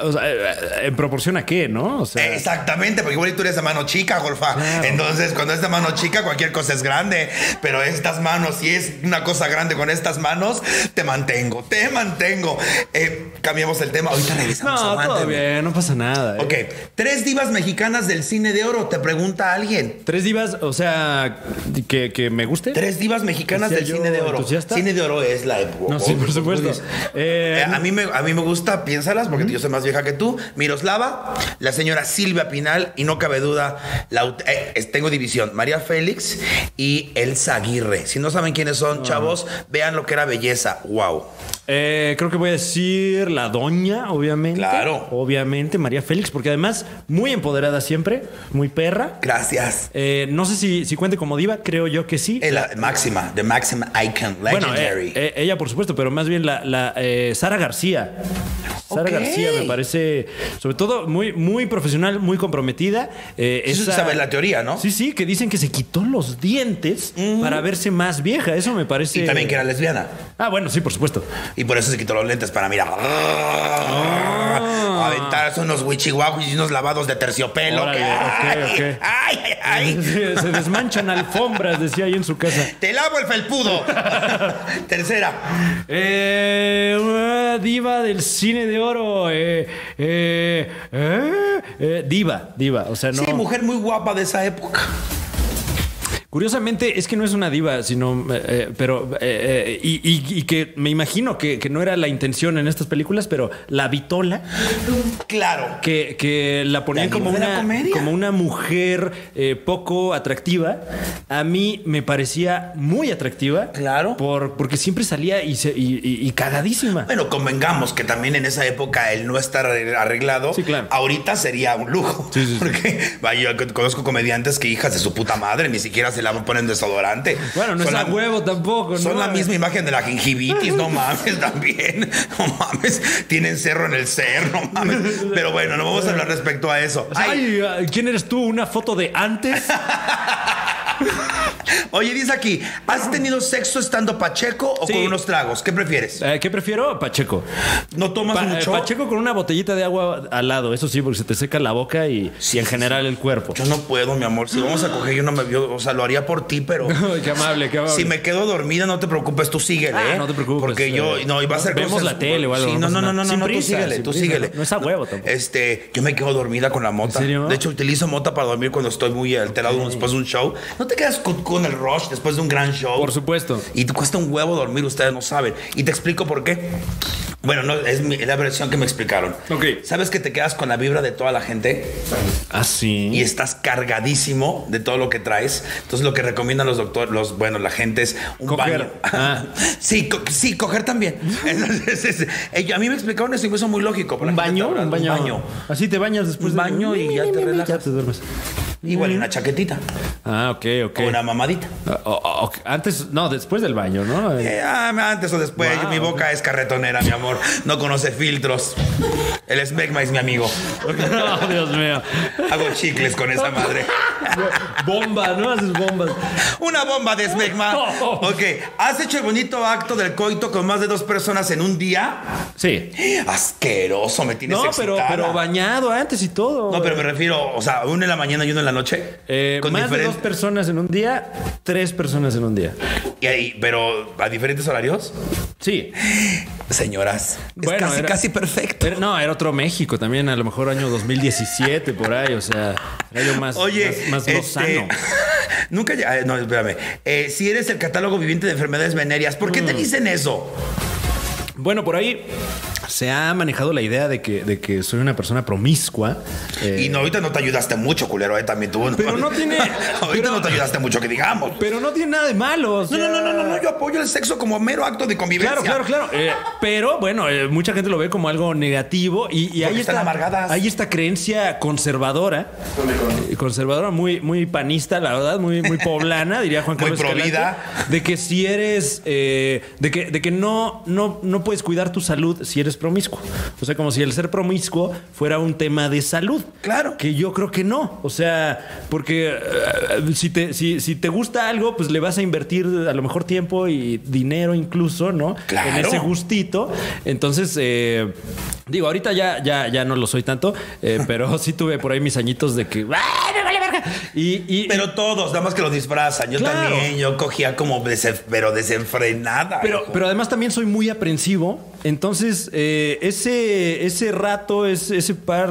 Speaker 2: o sea, eh, en proporción a qué, ¿no? O sea,
Speaker 1: Eh, Exactamente, porque igual tú eres de mano chica, golfa.
Speaker 2: Claro.
Speaker 1: Entonces, cuando es de mano chica, cualquier cosa es grande. Pero estas manos, si es una cosa grande con estas manos, te mantengo, te mantengo. Eh, cambiamos el tema. Ahorita regresamos.
Speaker 2: no, todo
Speaker 1: aguántame.
Speaker 2: bien, no pasa nada. ¿eh?
Speaker 1: Ok, tres divas mexicanas del cine de oro, te pregunta alguien.
Speaker 2: Tres divas, o sea, que, que me guste.
Speaker 1: Tres divas mexicanas
Speaker 2: ¿Decía
Speaker 1: del
Speaker 2: yo
Speaker 1: cine de oro.
Speaker 2: entusiasta?
Speaker 1: Cine de Oh, oro es la época.
Speaker 2: No, sí, por supuesto.
Speaker 1: Eh,
Speaker 2: Eh,
Speaker 1: a, mí me, a mí me gusta, piénsalas, porque yo soy más vieja que tú. Miroslava, la señora Silvia Pinal, y no cabe duda, la aut- eh, es- tengo división, María Félix
Speaker 2: Ah.
Speaker 1: y Elsa Aguirre. Si no saben quiénes son, chavos, vean lo que era belleza. Wow.
Speaker 2: eh, Eh, creo que voy a decir la doña, obviamente.
Speaker 1: Claro.
Speaker 2: Obviamente, María Félix, porque además, muy empoderada siempre, muy perra.
Speaker 1: Gracias.
Speaker 2: Eh, no sé si, si cuente como diva, creo yo que sí.
Speaker 1: Es la máxima, the maxim icon,
Speaker 2: Bueno, eh,
Speaker 1: legendary.
Speaker 2: eh, ella por supuesto, pero más bien la, la, eh, Sara García. Sara
Speaker 4: Ok.
Speaker 2: García me parece, sobre todo, muy, muy profesional, muy comprometida. Eh,
Speaker 1: Eso
Speaker 2: esa-
Speaker 1: sabes la teoría, ¿no?
Speaker 2: Sí, sí, que dicen que se quitó los dientes para verse más vieja. Eso me parece.
Speaker 1: Y también que era lesbiana.
Speaker 2: Ah, bueno, sí, por supuesto.
Speaker 1: Y por eso se quitó los lentes para mirar.
Speaker 2: Ah.
Speaker 1: Aventarse unos huichihuahuis y unos lavados de terciopelo.
Speaker 2: Órale,
Speaker 1: que-
Speaker 2: ok, ok.
Speaker 1: ay, ay, ay.
Speaker 2: Se, se desmanchan alfombras, decía ahí en su casa.
Speaker 1: ¡Te lavo el felpudo! Tercera.
Speaker 2: Eh, una diva del cine de oro. eh, eh, eh, eh, diva, diva. O sea, no.
Speaker 1: Sí, mujer muy guapa de esa época.
Speaker 2: Curiosamente, es que no es una diva, sino. eh, eh, pero. eh, eh, y, y- y que me imagino que, que no era la intención en estas películas, pero la vitola,
Speaker 1: Claro.
Speaker 2: que, que la ponían
Speaker 1: La
Speaker 2: como,
Speaker 1: diva de la
Speaker 2: una,
Speaker 1: comedia.
Speaker 2: como una mujer eh, poco atractiva, a mí me parecía muy atractiva.
Speaker 1: Claro.
Speaker 2: Por, porque siempre salía y, se- y- y- y cagadísima.
Speaker 1: Bueno, convengamos que también en esa época el no estar arreglado,
Speaker 2: Sí, claro.
Speaker 1: ahorita sería un lujo.
Speaker 2: Sí, sí, sí.
Speaker 1: Porque vaya, yo conozco comediantes que hijas de su puta madre ni siquiera se la ponen desodorante.
Speaker 2: Bueno, no
Speaker 1: Son
Speaker 2: es a
Speaker 1: la-
Speaker 2: huevo tampoco.
Speaker 1: Son
Speaker 2: ¿no?
Speaker 1: la misma imagen de la gingivitis, no mames, también. No mames, tienen cerro en el cerro, no mames. Pero bueno, no vamos a hablar respecto a eso. Ay,
Speaker 2: Ay, ay, ¿quién eres tú? ¿Una foto de antes?
Speaker 1: oye, dice aquí, ¿has tenido sexo estando pacheco o
Speaker 2: Sí.
Speaker 1: con unos tragos? ¿Qué prefieres?
Speaker 2: Eh, ¿Qué prefiero? Pacheco.
Speaker 1: ¿No tomas
Speaker 2: Pa- eh,
Speaker 1: mucho?
Speaker 2: Pacheco con una botellita de agua al lado, eso sí, porque se te seca la boca y,
Speaker 1: Sí,
Speaker 2: y en
Speaker 1: sí,
Speaker 2: general el cuerpo.
Speaker 1: Yo no puedo, mi amor. Si vamos a coger, yo no me vio. O sea, lo haría por ti, pero.
Speaker 2: Ay, qué amable, qué amable.
Speaker 1: Si me quedo dormida, no te preocupes, tú síguele.
Speaker 2: Ah,
Speaker 1: ¿eh?
Speaker 2: no te preocupes.
Speaker 1: Porque yo,
Speaker 2: Eh,
Speaker 1: no, iba a ser
Speaker 2: vemos la tele o algo,
Speaker 1: Sí, no,
Speaker 2: no pasa
Speaker 1: no, no,
Speaker 2: nada.
Speaker 1: no,
Speaker 2: Sin
Speaker 1: no,
Speaker 2: prisa,
Speaker 1: tú síguele,
Speaker 2: sin
Speaker 1: tú
Speaker 2: prisa,
Speaker 1: síguele.
Speaker 2: no es a huevo tampoco.
Speaker 1: Este, yo me quedo dormida con la mota.
Speaker 2: ¿En serio?
Speaker 1: De hecho, utilizo mota para dormir cuando estoy muy alterado después de un show. No te quedas con, con el rush después de un gran show.
Speaker 2: Por supuesto.
Speaker 1: Y te cuesta un huevo dormir, ustedes no saben. Y te explico por qué. Bueno, no, es mi- la versión que me explicaron.
Speaker 2: Ok.
Speaker 1: ¿Sabes que te quedas con la vibra de toda la gente?
Speaker 2: Ah,
Speaker 1: y
Speaker 2: sí.
Speaker 1: estás cargadísimo de todo lo que traes. Entonces lo que recomiendan los doctores, los bueno, la gente es un
Speaker 2: Coger.
Speaker 1: baño.
Speaker 2: Ah.
Speaker 1: sí, co- sí, coger también. Entonces, es- ellos- a mí me explicaron eso y me hizo muy lógico.
Speaker 2: ¿Un baño?
Speaker 1: Un baño.
Speaker 2: Así te bañas después.
Speaker 1: Un
Speaker 2: de-
Speaker 1: baño y ya te relajas.
Speaker 2: te duermes.
Speaker 1: Igual y una chaquetita
Speaker 2: Ah, ok, ok.
Speaker 1: o una mamadita.
Speaker 2: Ah, oh, oh, ok. Antes, no, después del baño, ¿no? Eh,
Speaker 1: Eh, ah, antes o después,
Speaker 2: Wow.
Speaker 1: mi boca es carretonera, mi amor. No conoce filtros. El esmegma es mi amigo.
Speaker 2: no, Dios mío.
Speaker 1: Hago chicles con esa madre.
Speaker 2: Bomba, ¿no? Haces bombas.
Speaker 1: Una bomba de smegma.
Speaker 2: Oh.
Speaker 1: Ok, ¿has hecho el bonito acto del coito con más de dos personas en un día?
Speaker 2: Sí.
Speaker 1: Asqueroso, me tienes
Speaker 2: No, pero,
Speaker 1: excitada.
Speaker 2: pero bañado antes y todo.
Speaker 1: No, pero me refiero, o sea, uno en la mañana y uno en la noche.
Speaker 2: Eh,
Speaker 1: con
Speaker 2: más de
Speaker 1: diferen-
Speaker 2: dos personas en un día, tres personas en un día.
Speaker 1: y ahí- pero a diferentes horarios.
Speaker 2: Sí.
Speaker 1: Señoras,
Speaker 2: Bueno,
Speaker 1: es casi,
Speaker 2: era-
Speaker 1: casi perfecto.
Speaker 2: Era- no, era otro México también, a lo mejor año 2017, por ahí, o sea, era yo más,
Speaker 1: Oye,
Speaker 2: más, más
Speaker 1: este,
Speaker 2: lozano.
Speaker 1: Nunca, ya- eh, no, espérame. Eh, si eres el catálogo viviente de enfermedades venéreas, ¿por qué
Speaker 2: Mm.
Speaker 1: te dicen eso?
Speaker 2: Bueno, por ahí se ha manejado la idea de que, de que soy una persona promiscua. eh,
Speaker 1: Y no, ahorita no te ayudaste mucho, culero, eh, también tú.
Speaker 2: Pero no tiene-
Speaker 1: ahorita
Speaker 2: pero-
Speaker 1: no te ayudaste mucho, que digamos.
Speaker 2: pero no tiene nada de malo.
Speaker 1: No,
Speaker 2: o
Speaker 1: no,
Speaker 2: sea,
Speaker 1: no, no, no, no, yo apoyo el sexo como mero acto de convivencia.
Speaker 2: Claro, claro, claro. Eh, pero bueno, eh, mucha gente lo ve como algo negativo y, y ahí
Speaker 1: están
Speaker 2: está,
Speaker 1: amargadas.
Speaker 2: Hay esta creencia conservadora, eh, conservadora muy, muy panista, la verdad, muy, muy poblana, diría Juan
Speaker 1: Muy
Speaker 2: Carlos. Escalante,
Speaker 1: provida.
Speaker 2: De que si eres, eh, de que, de que no, no, no puedes cuidar tu salud si eres promiscuo. O sea, como si el ser promiscuo fuera un tema de salud.
Speaker 1: Claro.
Speaker 2: Que yo creo que no. O sea, porque eh, si, te, si, si te gusta algo, pues le vas a invertir a lo mejor tiempo y dinero incluso, ¿no?
Speaker 1: Claro.
Speaker 2: En ese gustito. Entonces, eh, digo, ahorita ya, ya, ya no lo soy tanto, eh, pero sí tuve por ahí mis añitos de que. "Ay, me vale verga". Y, y-
Speaker 1: Pero todos, nada más que lo disfrazan. Yo
Speaker 2: Claro.
Speaker 1: también, yo cogía como desen- pero desenfrenada.
Speaker 2: Pero,
Speaker 1: hijo.
Speaker 2: pero además también soy muy aprensivo. Entonces, eh, ese, ese rato, ese, ese par,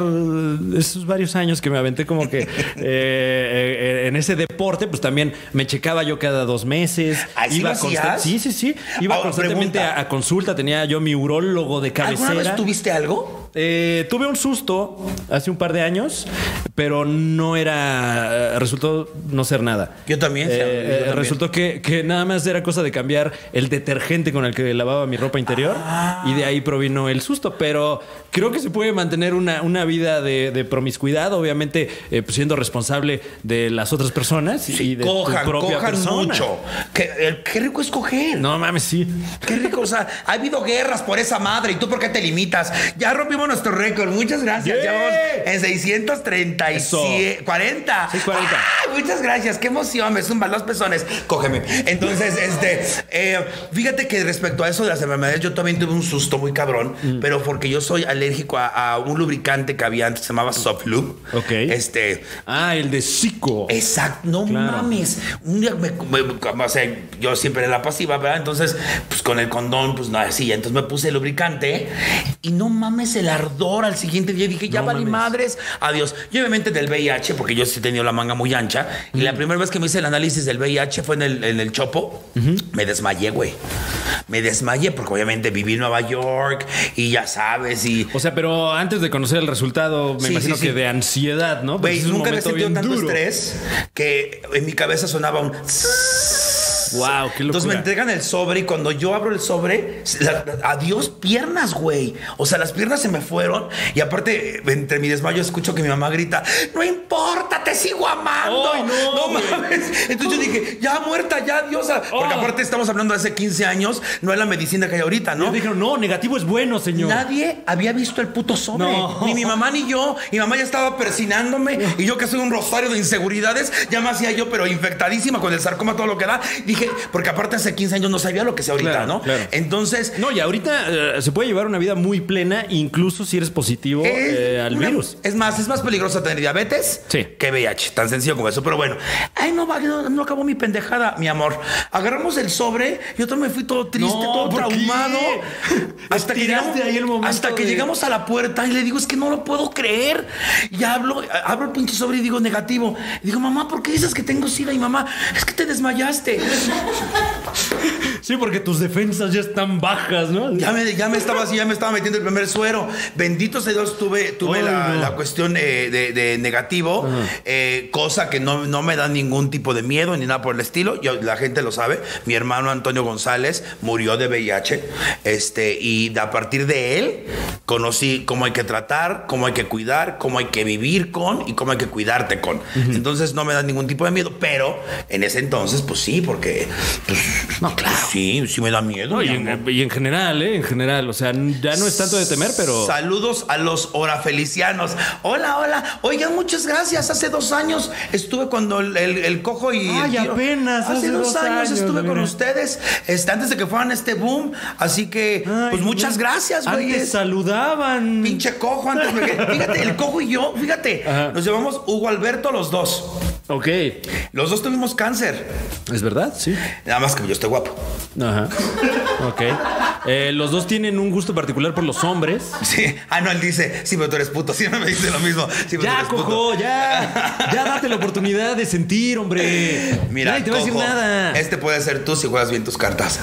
Speaker 2: esos varios años que me aventé como que eh, eh, en ese deporte, pues también me checaba yo cada dos meses.
Speaker 1: ¿Ah, sí lo
Speaker 2: consta-
Speaker 1: hacías?
Speaker 2: Sí, sí, sí. Iba
Speaker 1: Ahora,
Speaker 2: constantemente
Speaker 1: pregunta.
Speaker 2: a, a consulta. Tenía yo mi urólogo de
Speaker 1: ¿Alguna
Speaker 2: cabecera.
Speaker 1: vez tuviste algo?
Speaker 2: Eh, tuve un susto hace un par de años, pero no era. eh, Resultó no ser nada.
Speaker 1: Yo también,
Speaker 2: Eh,
Speaker 1: sí, yo
Speaker 2: eh,
Speaker 1: también.
Speaker 2: Resultó que, que nada más era cosa de cambiar el detergente con el que lavaba mi ropa interior y de ahí provino el susto. Pero creo que se puede mantener una, una vida de, de promiscuidad, obviamente eh, pues, siendo responsable de las otras personas y- y de
Speaker 1: cojan,
Speaker 2: tu propia
Speaker 1: cojan
Speaker 2: persona.
Speaker 1: mucho. Qué, el- qué rico es coger.
Speaker 2: No mames, sí.
Speaker 1: Qué rico, o sea, ha habido guerras por esa madre y tú por qué te limitas. Ya rompimos nuestro récord, muchas gracias.
Speaker 2: Yeah.
Speaker 1: Ya vamos en 637,
Speaker 2: Eso.
Speaker 1: 40.
Speaker 2: Sí, 40.
Speaker 1: Ay, muchas gracias, qué emoción, me zumban los pezones. Cógeme. Entonces, este, eh, fíjate que respecto a eso de las enfermedades, yo también tuve un susto muy cabrón,
Speaker 2: Mm.
Speaker 1: pero porque yo soy alérgico a, a un lubricante que había antes, se llamaba Soft Loop.
Speaker 2: Ok.
Speaker 1: Este,
Speaker 2: Ah, el de psico.
Speaker 1: Exacto, no
Speaker 2: Claro.
Speaker 1: mames. Un día me, me- me- o sea, yo siempre era la pasiva, ¿verdad? Entonces, pues con el condón, pues nada, sí. Entonces me puse lubricante y no mames el ardor al siguiente día. Dije, ya
Speaker 2: No
Speaker 1: valí
Speaker 2: mames.
Speaker 1: madres, adiós. Yo obviamente del VIH, porque yo sí he tenido la manga muy ancha. Y la primera vez que me hice el análisis del VIH fue en el, en el Chopo. Me desmayé, güey. Me desmayé porque obviamente viví en Nueva York y ya sabes, y
Speaker 2: O sea, pero antes de conocer el resultado, me
Speaker 1: Sí,
Speaker 2: imagino
Speaker 1: sí, sí.
Speaker 2: que de ansiedad, ¿no? Porque
Speaker 1: Güey,
Speaker 2: pues, es un
Speaker 1: nunca había
Speaker 2: momento
Speaker 1: sentido
Speaker 2: bien
Speaker 1: tanto
Speaker 2: duro.
Speaker 1: estrés que en mi cabeza sonaba un. tss.
Speaker 2: Guau, qué locura.
Speaker 1: Entonces me entregan el sobre y cuando yo abro el sobre, la- la- adiós piernas, güey. O sea, las piernas se me fueron y aparte, entre mi desmayo escucho que mi mamá grita, no importa, te sigo amando.
Speaker 2: Ay, no, güey.
Speaker 1: mames. Entonces yo dije, ya muerta, ya diosa. Porque
Speaker 2: Oh.
Speaker 1: aparte estamos hablando de hace 15 años, no es la medicina que hay ahorita, ¿no?
Speaker 2: Ellos dijeron, no, negativo es bueno, señor.
Speaker 1: Nadie había visto el puto sobre.
Speaker 2: No.
Speaker 1: Ni mi mamá ni yo. Mi mamá ya estaba persinándome. Y yo que soy un rosario de inseguridades, ya me hacía yo, pero infectadísima con el sarcoma, todo lo que da. Dije, porque aparte hace 15 años no sabía lo que sé ahorita,
Speaker 2: Claro,
Speaker 1: ¿no?
Speaker 2: claro.
Speaker 1: Entonces,
Speaker 2: No, y ahorita eh, se puede llevar una vida muy plena, incluso si eres positivo
Speaker 1: Es
Speaker 2: eh, al
Speaker 1: una-
Speaker 2: virus.
Speaker 1: Es más, es más peligroso tener diabetes
Speaker 2: Sí.
Speaker 1: que VIH. Tan sencillo como eso. Pero bueno. Ay, no, va, no, no acabó mi pendejada, mi amor. Agarramos el sobre. Yo también me fui todo triste,
Speaker 2: No,
Speaker 1: todo
Speaker 2: ¿por qué?
Speaker 1: traumado. Hasta que,
Speaker 2: Estiraste
Speaker 1: llegamos,
Speaker 2: ahí el momento
Speaker 1: hasta que
Speaker 2: de-
Speaker 1: llegamos a la puerta y le digo, es que no lo puedo creer. Y hablo, abro el pinche sobre y digo negativo. Y digo, mamá, ¿por qué dices que tengo sida? Y mamá, es que te desmayaste.
Speaker 2: Sí, porque tus defensas ya están bajas, ¿no?
Speaker 1: Ya me, ya me estaba así, ya me estaba metiendo el primer suero. Bendito sea Dios, tuve, tuve
Speaker 2: Ay,
Speaker 1: la,
Speaker 2: no.
Speaker 1: la cuestión eh, de, de negativo, eh, cosa que no, no me da ningún tipo de miedo ni nada por el estilo. Yo, la gente lo sabe. Mi hermano Antonio González murió de VIH. Este, y a partir de él conocí cómo hay que tratar, cómo hay que cuidar, cómo hay que vivir con y cómo hay que cuidarte con. Entonces no me da ningún tipo de miedo, pero en ese entonces, pues sí, porque. no, claro. Sí, sí me da miedo.
Speaker 2: No, y,
Speaker 1: mi amor.
Speaker 2: en, y en general, ¿eh? En general. O sea, n- ya no es tanto de temer, pero.
Speaker 1: Saludos a los orafelicianos. Hola, hola. Oigan, muchas gracias. Hace dos años estuve cuando el, el- el cojo y. el
Speaker 2: Ay,
Speaker 1: tío-
Speaker 2: apenas,
Speaker 1: Hace,
Speaker 2: hace
Speaker 1: dos,
Speaker 2: dos
Speaker 1: años,
Speaker 2: años,
Speaker 1: estuve con
Speaker 2: mira.
Speaker 1: ustedes este, antes de que fueran este boom. Así que,
Speaker 2: Ay,
Speaker 1: pues muchas
Speaker 2: mira,
Speaker 1: gracias,
Speaker 2: antes
Speaker 1: güey.
Speaker 2: saludaban.
Speaker 1: Pinche cojo antes. me- Fíjate, el cojo y yo, fíjate,
Speaker 2: Ajá.
Speaker 1: nos llamamos Hugo Alberto los dos.
Speaker 2: Ok. Es
Speaker 1: Los dos tuvimos cáncer.
Speaker 2: verdad, sí.
Speaker 1: Nada más que yo estoy guapo.
Speaker 2: Ajá. Ok. Eh, los dos tienen un gusto particular por los hombres.
Speaker 1: Sí. Ah, no, él dice, sí, pero tú eres puto. Siempre me dice lo mismo. Sí, pero tú
Speaker 2: Ya,
Speaker 1: eres puto.
Speaker 2: cojo, ya. Ya date la oportunidad de sentir, hombre.
Speaker 1: Mira,
Speaker 2: Nadie te va a decir
Speaker 1: Cojo,
Speaker 2: nada.
Speaker 1: Este puede ser tú si juegas bien tus cartas.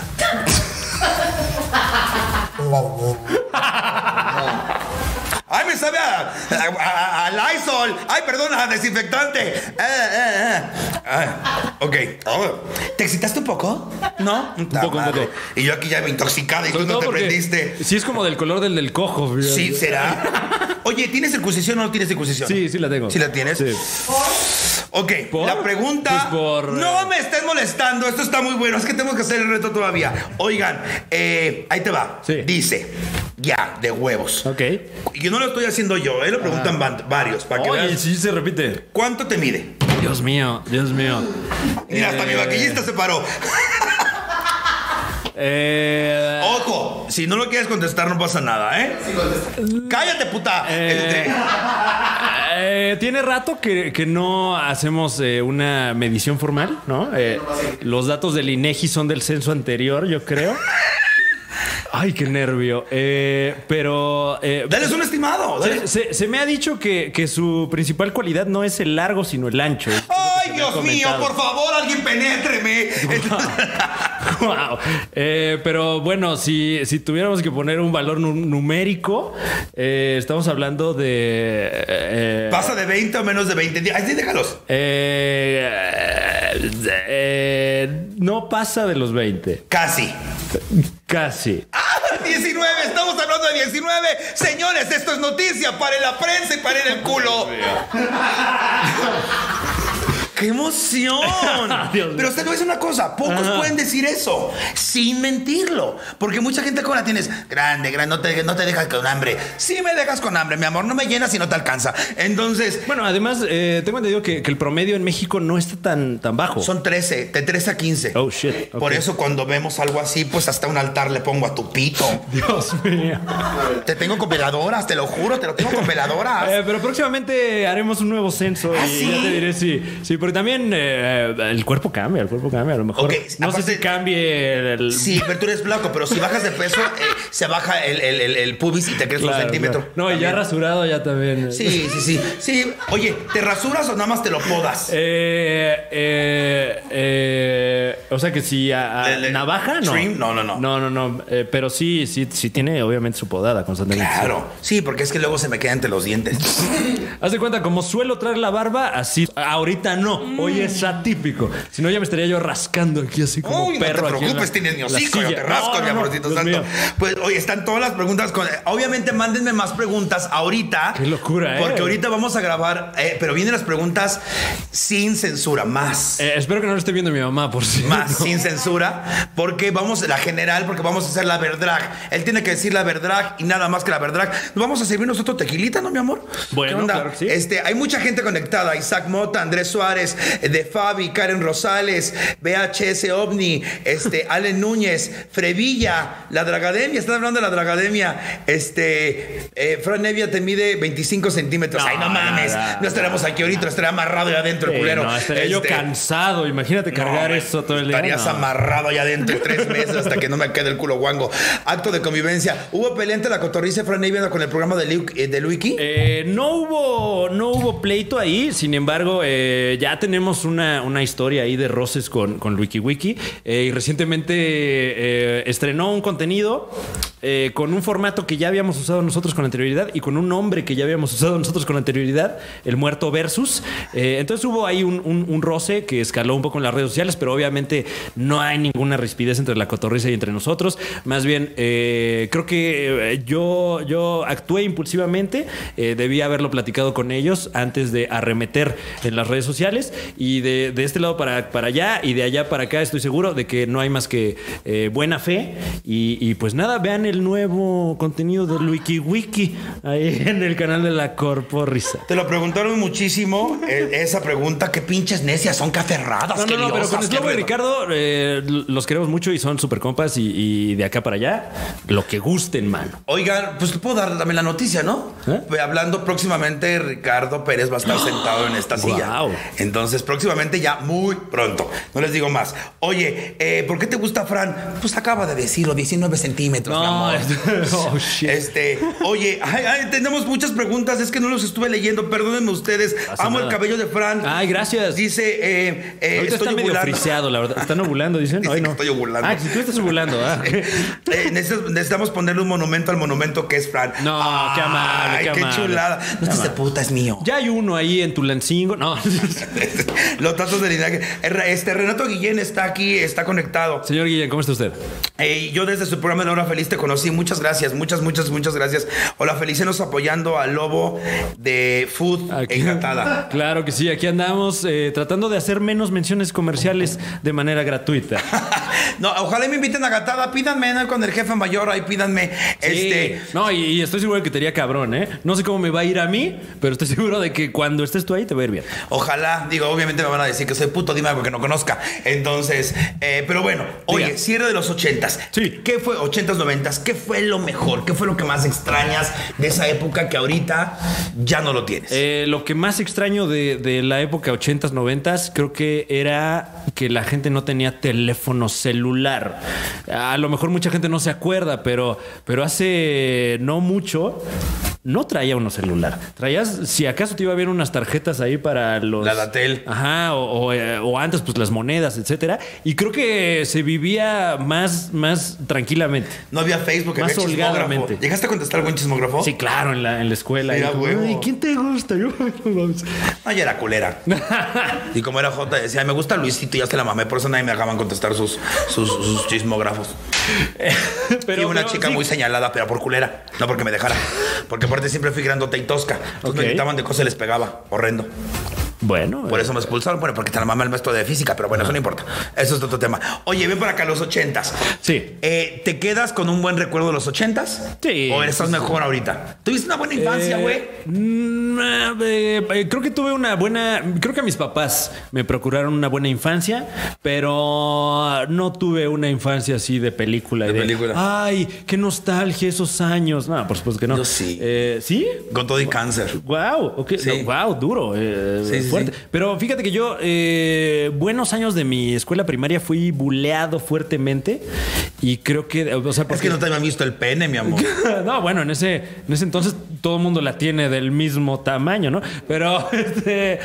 Speaker 1: Ay, me sabe a, a, a- a Lysol. Ay, perdón, a desinfectante. Ah, ah, ah. Ah, ok. Oh. ¿Te excitaste un poco? No. Un
Speaker 2: poco, un poco.
Speaker 1: Y yo aquí ya me intoxicada y tú
Speaker 2: Sobre
Speaker 1: no
Speaker 2: todo
Speaker 1: te
Speaker 2: Pues porque
Speaker 1: prendiste.
Speaker 2: Sí, es como del color del del cojo. fíjate.
Speaker 1: Sí, será. Oye, ¿tienes circuncisión o no tienes circuncisión?
Speaker 2: Sí, sí la tengo.
Speaker 1: ¿Sí la tienes?
Speaker 2: Sí.
Speaker 1: Ok,
Speaker 2: ¿Por?
Speaker 1: la pregunta.
Speaker 2: Pues por,
Speaker 1: no
Speaker 2: eh,
Speaker 1: me estés molestando, esto está muy bueno. Es que tenemos que hacer el reto todavía. Oigan, eh, ahí te va.
Speaker 2: Sí.
Speaker 1: Dice, ya, de huevos.
Speaker 2: Ok.
Speaker 1: Y no lo estoy haciendo yo, eh, lo preguntan van- varios. Para que
Speaker 2: Ah. Oye,
Speaker 1: veas.
Speaker 2: sí se repite.
Speaker 1: ¿Cuánto te mide?
Speaker 2: Dios mío, Dios mío.
Speaker 1: Mira, hasta mi vaquillista se paró.
Speaker 2: Eh,
Speaker 1: Ojo, si no lo quieres contestar, no pasa nada, ¿eh? Cállate, puta.
Speaker 2: Eh.
Speaker 1: Este,
Speaker 2: eh, tiene rato que, que no hacemos eh, una medición formal, ¿no? Eh, los datos del INEGI son del censo anterior, yo creo. Ay, qué nervio. Eh, pero eh,
Speaker 1: dales un estimado. dales-
Speaker 2: se, se- se me ha dicho que, que su principal cualidad no es el largo, sino el ancho.
Speaker 1: Ay, Dios mío,
Speaker 2: comentado.
Speaker 1: por favor, alguien penétreme. Entonces-
Speaker 2: Wow. Eh, pero bueno, si, si tuviéramos que poner un valor nu- numérico, eh, estamos hablando de. eh,
Speaker 1: ¿Pasa de 20 o menos de 20? Di- Ay, sí, déjalos.
Speaker 2: eh, eh, no pasa de los 20.
Speaker 1: Casi.
Speaker 2: Casi.
Speaker 1: ¡Ah! 19, estamos hablando de 19. Señores, esto es noticia. Paren la prensa y paren el culo. ¡Qué emoción!
Speaker 2: Dios mío.
Speaker 1: Pero usted no es una cosa, pocos pueden decir eso sin mentirlo. Porque mucha gente como la tienes, grande, grande, no te, no te dejas con hambre. Sí me dejas con hambre, mi amor, no me llenas y no te alcanza. Entonces,
Speaker 2: Bueno, además, eh, tengo entendido que, que el promedio en México no está tan, tan bajo.
Speaker 1: son 13, de 13 a 15.
Speaker 2: Oh, shit.
Speaker 1: Por
Speaker 2: Ok.
Speaker 1: eso cuando vemos algo así, pues hasta un altar le pongo a tu pito.
Speaker 2: Dios mío.
Speaker 1: Ah, Te tengo con veladoras, te lo juro, te lo tengo con veladoras.
Speaker 2: Eh, pero próximamente haremos un nuevo censo
Speaker 1: ¿Ah,
Speaker 2: y
Speaker 1: sí?
Speaker 2: ya te diré si. Sí, porque también eh, el cuerpo cambia, el cuerpo cambia. A lo mejor.
Speaker 1: Ok,
Speaker 2: no sé
Speaker 1: aparte-
Speaker 2: si cambie el.
Speaker 1: Sí, pero tú eres blanco, pero si bajas de peso, eh, se baja el, el- el- el pubis y te crees un
Speaker 2: Claro,
Speaker 1: centímetro.
Speaker 2: claro. No, y ya rasurado ya también. ¿eh?
Speaker 1: Sí, sí, sí. Sí, oye, ¿te rasuras o nada más te lo podas?
Speaker 2: Eh, eh, eh, o sea que si a, a
Speaker 1: Le- le-
Speaker 2: navaja, no.
Speaker 1: trim, no, no, no.
Speaker 2: No, no, no. Eh, pero sí, sí, sí tiene obviamente su podada constantemente.
Speaker 1: Claro. Sí, porque es que luego se me queda entre los dientes.
Speaker 2: Haz de cuenta, como suelo traer la barba, así. Ahorita no,
Speaker 1: Mm.
Speaker 2: hoy es atípico. Si no, ya me estaría yo rascando aquí así como
Speaker 1: Uy,
Speaker 2: perro.
Speaker 1: no te
Speaker 2: aquí en
Speaker 1: preocupes,
Speaker 2: la-
Speaker 1: tienes mi
Speaker 2: la
Speaker 1: hocico, yo
Speaker 2: silla.
Speaker 1: te rasco,
Speaker 2: No, no,
Speaker 1: mi
Speaker 2: no,
Speaker 1: amorcito
Speaker 2: Dios
Speaker 1: santo.
Speaker 2: mío.
Speaker 1: Pues hoy están todas las preguntas con. Obviamente, mándenme más preguntas ahorita.
Speaker 2: Qué locura, ¿eh?
Speaker 1: Porque ahorita vamos a grabar, eh, pero vienen las preguntas sin censura, más.
Speaker 2: Eh, espero que no lo esté viendo mi mamá, por si.
Speaker 1: más sin censura, porque vamos la general, porque vamos a hacer la verdrag. Él tiene que decir la verdrag y nada más que la verdrag. Nos vamos a servir nosotros tequilita, ¿no, mi amor?
Speaker 2: Bueno,
Speaker 1: ¿Qué onda?
Speaker 2: claro que sí.
Speaker 1: Este, hay mucha gente conectada, Isaac Mota, Andrés Suárez, eh, de Fabi, Karen Rosales, VHS OVNI, este, Allen Núñez, Frevilla, la Dragademia, están hablando de la Dragademia, este, eh, Fran Nevia te mide 25 centímetros.
Speaker 2: No,
Speaker 1: Ay, no
Speaker 2: no,
Speaker 1: mames,
Speaker 2: no,
Speaker 1: no,
Speaker 2: no,
Speaker 1: estaremos aquí ahorita, estará amarrado ya adentro,
Speaker 2: Eh,
Speaker 1: culero.
Speaker 2: no, estaría yo
Speaker 1: Este,
Speaker 2: cansado. Imagínate cargar eso todo el día.
Speaker 1: Estarías
Speaker 2: No.
Speaker 1: amarrado allá adentro tres meses hasta que no me quede el culo guango. Acto de convivencia. ¿Hubo pelea entre la cotorriza y Fran Evia con el programa de, Liu- eh, de Luiki?
Speaker 2: Eh, no hubo no hubo pleito ahí, sin embargo, eh, ya tenemos una, una historia ahí de roces con, con WikiWiki eh, y recientemente eh, estrenó un contenido eh, con un formato que ya habíamos usado nosotros con anterioridad y con un nombre que ya habíamos usado nosotros con anterioridad, el muerto versus. Eh, entonces hubo ahí un, un- un roce que escaló un poco en las redes sociales, pero obviamente no hay ninguna rispidez entre la cotorriza y entre nosotros. Más bien, eh, creo que eh, yo, yo actué impulsivamente, eh, debía haberlo platicado con ellos antes de arremeter en las redes sociales y de, de este lado para, para allá y de allá para acá estoy seguro de que no hay más que eh, buena fe y, y pues nada, vean el nuevo contenido de WikiWiki ahí en el canal de la Corporrisa.
Speaker 1: Te lo preguntaron muchísimo eh, esa pregunta. ¿Qué pinches necias son caferradas?
Speaker 2: No,
Speaker 1: qué
Speaker 2: no, no, pero
Speaker 1: liosas,
Speaker 2: con
Speaker 1: qué
Speaker 2: Slobo y
Speaker 1: ruido.
Speaker 2: Ricardo eh, los queremos mucho y son super compas y, y de acá para allá, lo que gusten, mano.
Speaker 1: Oigan, pues puedo dar también la noticia, ¿no?
Speaker 2: ¿Eh? ¡Ah!
Speaker 1: Pues, Hablando próximamente, Ricardo Pérez va a estar sentado en esta silla.
Speaker 2: Guau.
Speaker 1: Entonces, próximamente ya muy pronto. No les digo más. Oye, eh, ¿por qué te gusta Fran? Pues acaba de decirlo, 19 centímetros, mi amor.
Speaker 2: oh, shit.
Speaker 1: Este, oye, ay, ay, tenemos muchas preguntas, es que no los estuve leyendo, perdónenme ustedes.
Speaker 2: Pasa
Speaker 1: Amo el
Speaker 2: nada.
Speaker 1: cabello de Fran.
Speaker 2: Ay, gracias.
Speaker 1: Dice, eh, eh,
Speaker 2: Ahorita
Speaker 1: estoy
Speaker 2: está medio
Speaker 1: ovulando.
Speaker 2: friseado, la verdad. Están ovulando, dicen.
Speaker 1: Dice
Speaker 2: Ay,
Speaker 1: que
Speaker 2: no.
Speaker 1: estoy ovulando.
Speaker 2: Ah, si tú estás ovulando. Ah, ok.
Speaker 1: Eh, necesitas- necesitamos ponerle un monumento al monumento que es Fran.
Speaker 2: No, qué amable,
Speaker 1: Ay,
Speaker 2: qué
Speaker 1: qué
Speaker 2: amable.
Speaker 1: chulada. No estés de puta, es mío.
Speaker 2: Ya hay uno ahí en Tulancingo. No.
Speaker 1: Los datos de linaje. Este Renato Guillén está aquí, está conectado.
Speaker 2: Señor Guillén, ¿cómo está usted?
Speaker 1: Eh, yo desde su programa en Hora Feliz te conocí. Muchas gracias, muchas, muchas, muchas gracias. Hola Felícenos apoyando al lobo de Food
Speaker 2: Aquí-
Speaker 1: encantada.
Speaker 2: Claro que sí, aquí andamos eh, tratando de hacer menos menciones comerciales de manera gratuita.
Speaker 1: no, ojalá y me inviten a Gatada. Pídanme ¿no? con el jefe mayor, ahí pídanme. Este,
Speaker 2: Sí. No, y, y estoy seguro de que te iría cabrón, ¿eh? No sé cómo me va a ir a mí, pero estoy seguro de que cuando estés tú ahí te va a ir bien.
Speaker 1: ojalá, digo, obviamente me van a decir que soy puto, dime algo que no conozca. Entonces, eh, pero bueno, oye, cierre de los ochentas.
Speaker 2: Sí.
Speaker 1: ¿Qué fue ochentas, noventas? ¿Qué fue lo mejor? ¿Qué fue lo que más extrañas de esa época que ahorita ya no lo tienes?
Speaker 2: Eh, lo que más extraño de, de la época 80s, 90s, creo que era que la gente no tenía teléfono celular. A lo mejor mucha gente no se acuerda, pero, pero hace no mucho no traía uno celular. Traías, si acaso te iba a ver unas tarjetas ahí para los.
Speaker 1: La Datel.
Speaker 2: Ajá, o, o, eh, o antes, pues las monedas, etcétera. Y creo que se vivía más, más tranquilamente.
Speaker 1: No había Facebook,
Speaker 2: Más
Speaker 1: había chismógrafo.
Speaker 2: holgadamente.
Speaker 1: ¿Llegaste a contestar algún chismógrafo?
Speaker 2: Sí, claro, en la, en la escuela.
Speaker 1: Era
Speaker 2: Y como,
Speaker 1: huevo.
Speaker 2: "Ay, ¿Quién te gusta? Yo, no mames.
Speaker 1: No, yo era culera. y como era J, decía, "Ay, me gusta Luisito, y ya se la mamé. Por eso nadie me dejaban contestar sus, sus, sus chismógrafos.
Speaker 2: Pero-
Speaker 1: y una
Speaker 2: pero
Speaker 1: chica
Speaker 2: sí,
Speaker 1: muy señalada, pero por culera. No porque me dejara. Porque aparte siempre fui grandote y tosca. Entonces me
Speaker 2: Ok.
Speaker 1: gritaban de cosas y les pegaba. Horrendo.
Speaker 2: Bueno,
Speaker 1: Por
Speaker 2: eh,
Speaker 1: eso me expulsaron. Bueno, porque te la mamá el maestro de física. Pero bueno, eso no importa. Eso es otro tema. Oye, ven para acá los ochentas.
Speaker 2: Sí.
Speaker 1: Eh, ¿Te quedas con un buen recuerdo de los ochentas?
Speaker 2: Sí.
Speaker 1: ¿O estás mejor ahorita? ¿Tuviste una buena infancia,
Speaker 2: Eh,
Speaker 1: güey?
Speaker 2: mm, ah, eh, eh, creo que tuve una buena. Creo que mis papás me procuraron una buena infancia, pero no tuve una infancia así de película. y
Speaker 1: De película.
Speaker 2: Ay, qué nostalgia esos años. No, por supuesto que no.
Speaker 1: Yo sí.
Speaker 2: Eh, ¿Sí?
Speaker 1: Con todo y cáncer.
Speaker 2: Wow,
Speaker 1: Sí.
Speaker 2: wow, duro, eh,
Speaker 1: Sí, sí,
Speaker 2: fuerte.
Speaker 1: sí.
Speaker 2: Pero fíjate que yo, eh, buenos años de mi escuela primaria, fui buleado fuertemente y creo que, o sea,
Speaker 1: Es que
Speaker 2: porque-
Speaker 1: no te habían visto el pene, mi amor.
Speaker 2: no, bueno, en ese, en ese entonces todo el mundo la tiene del mismo tamaño, ¿no? Pero, este,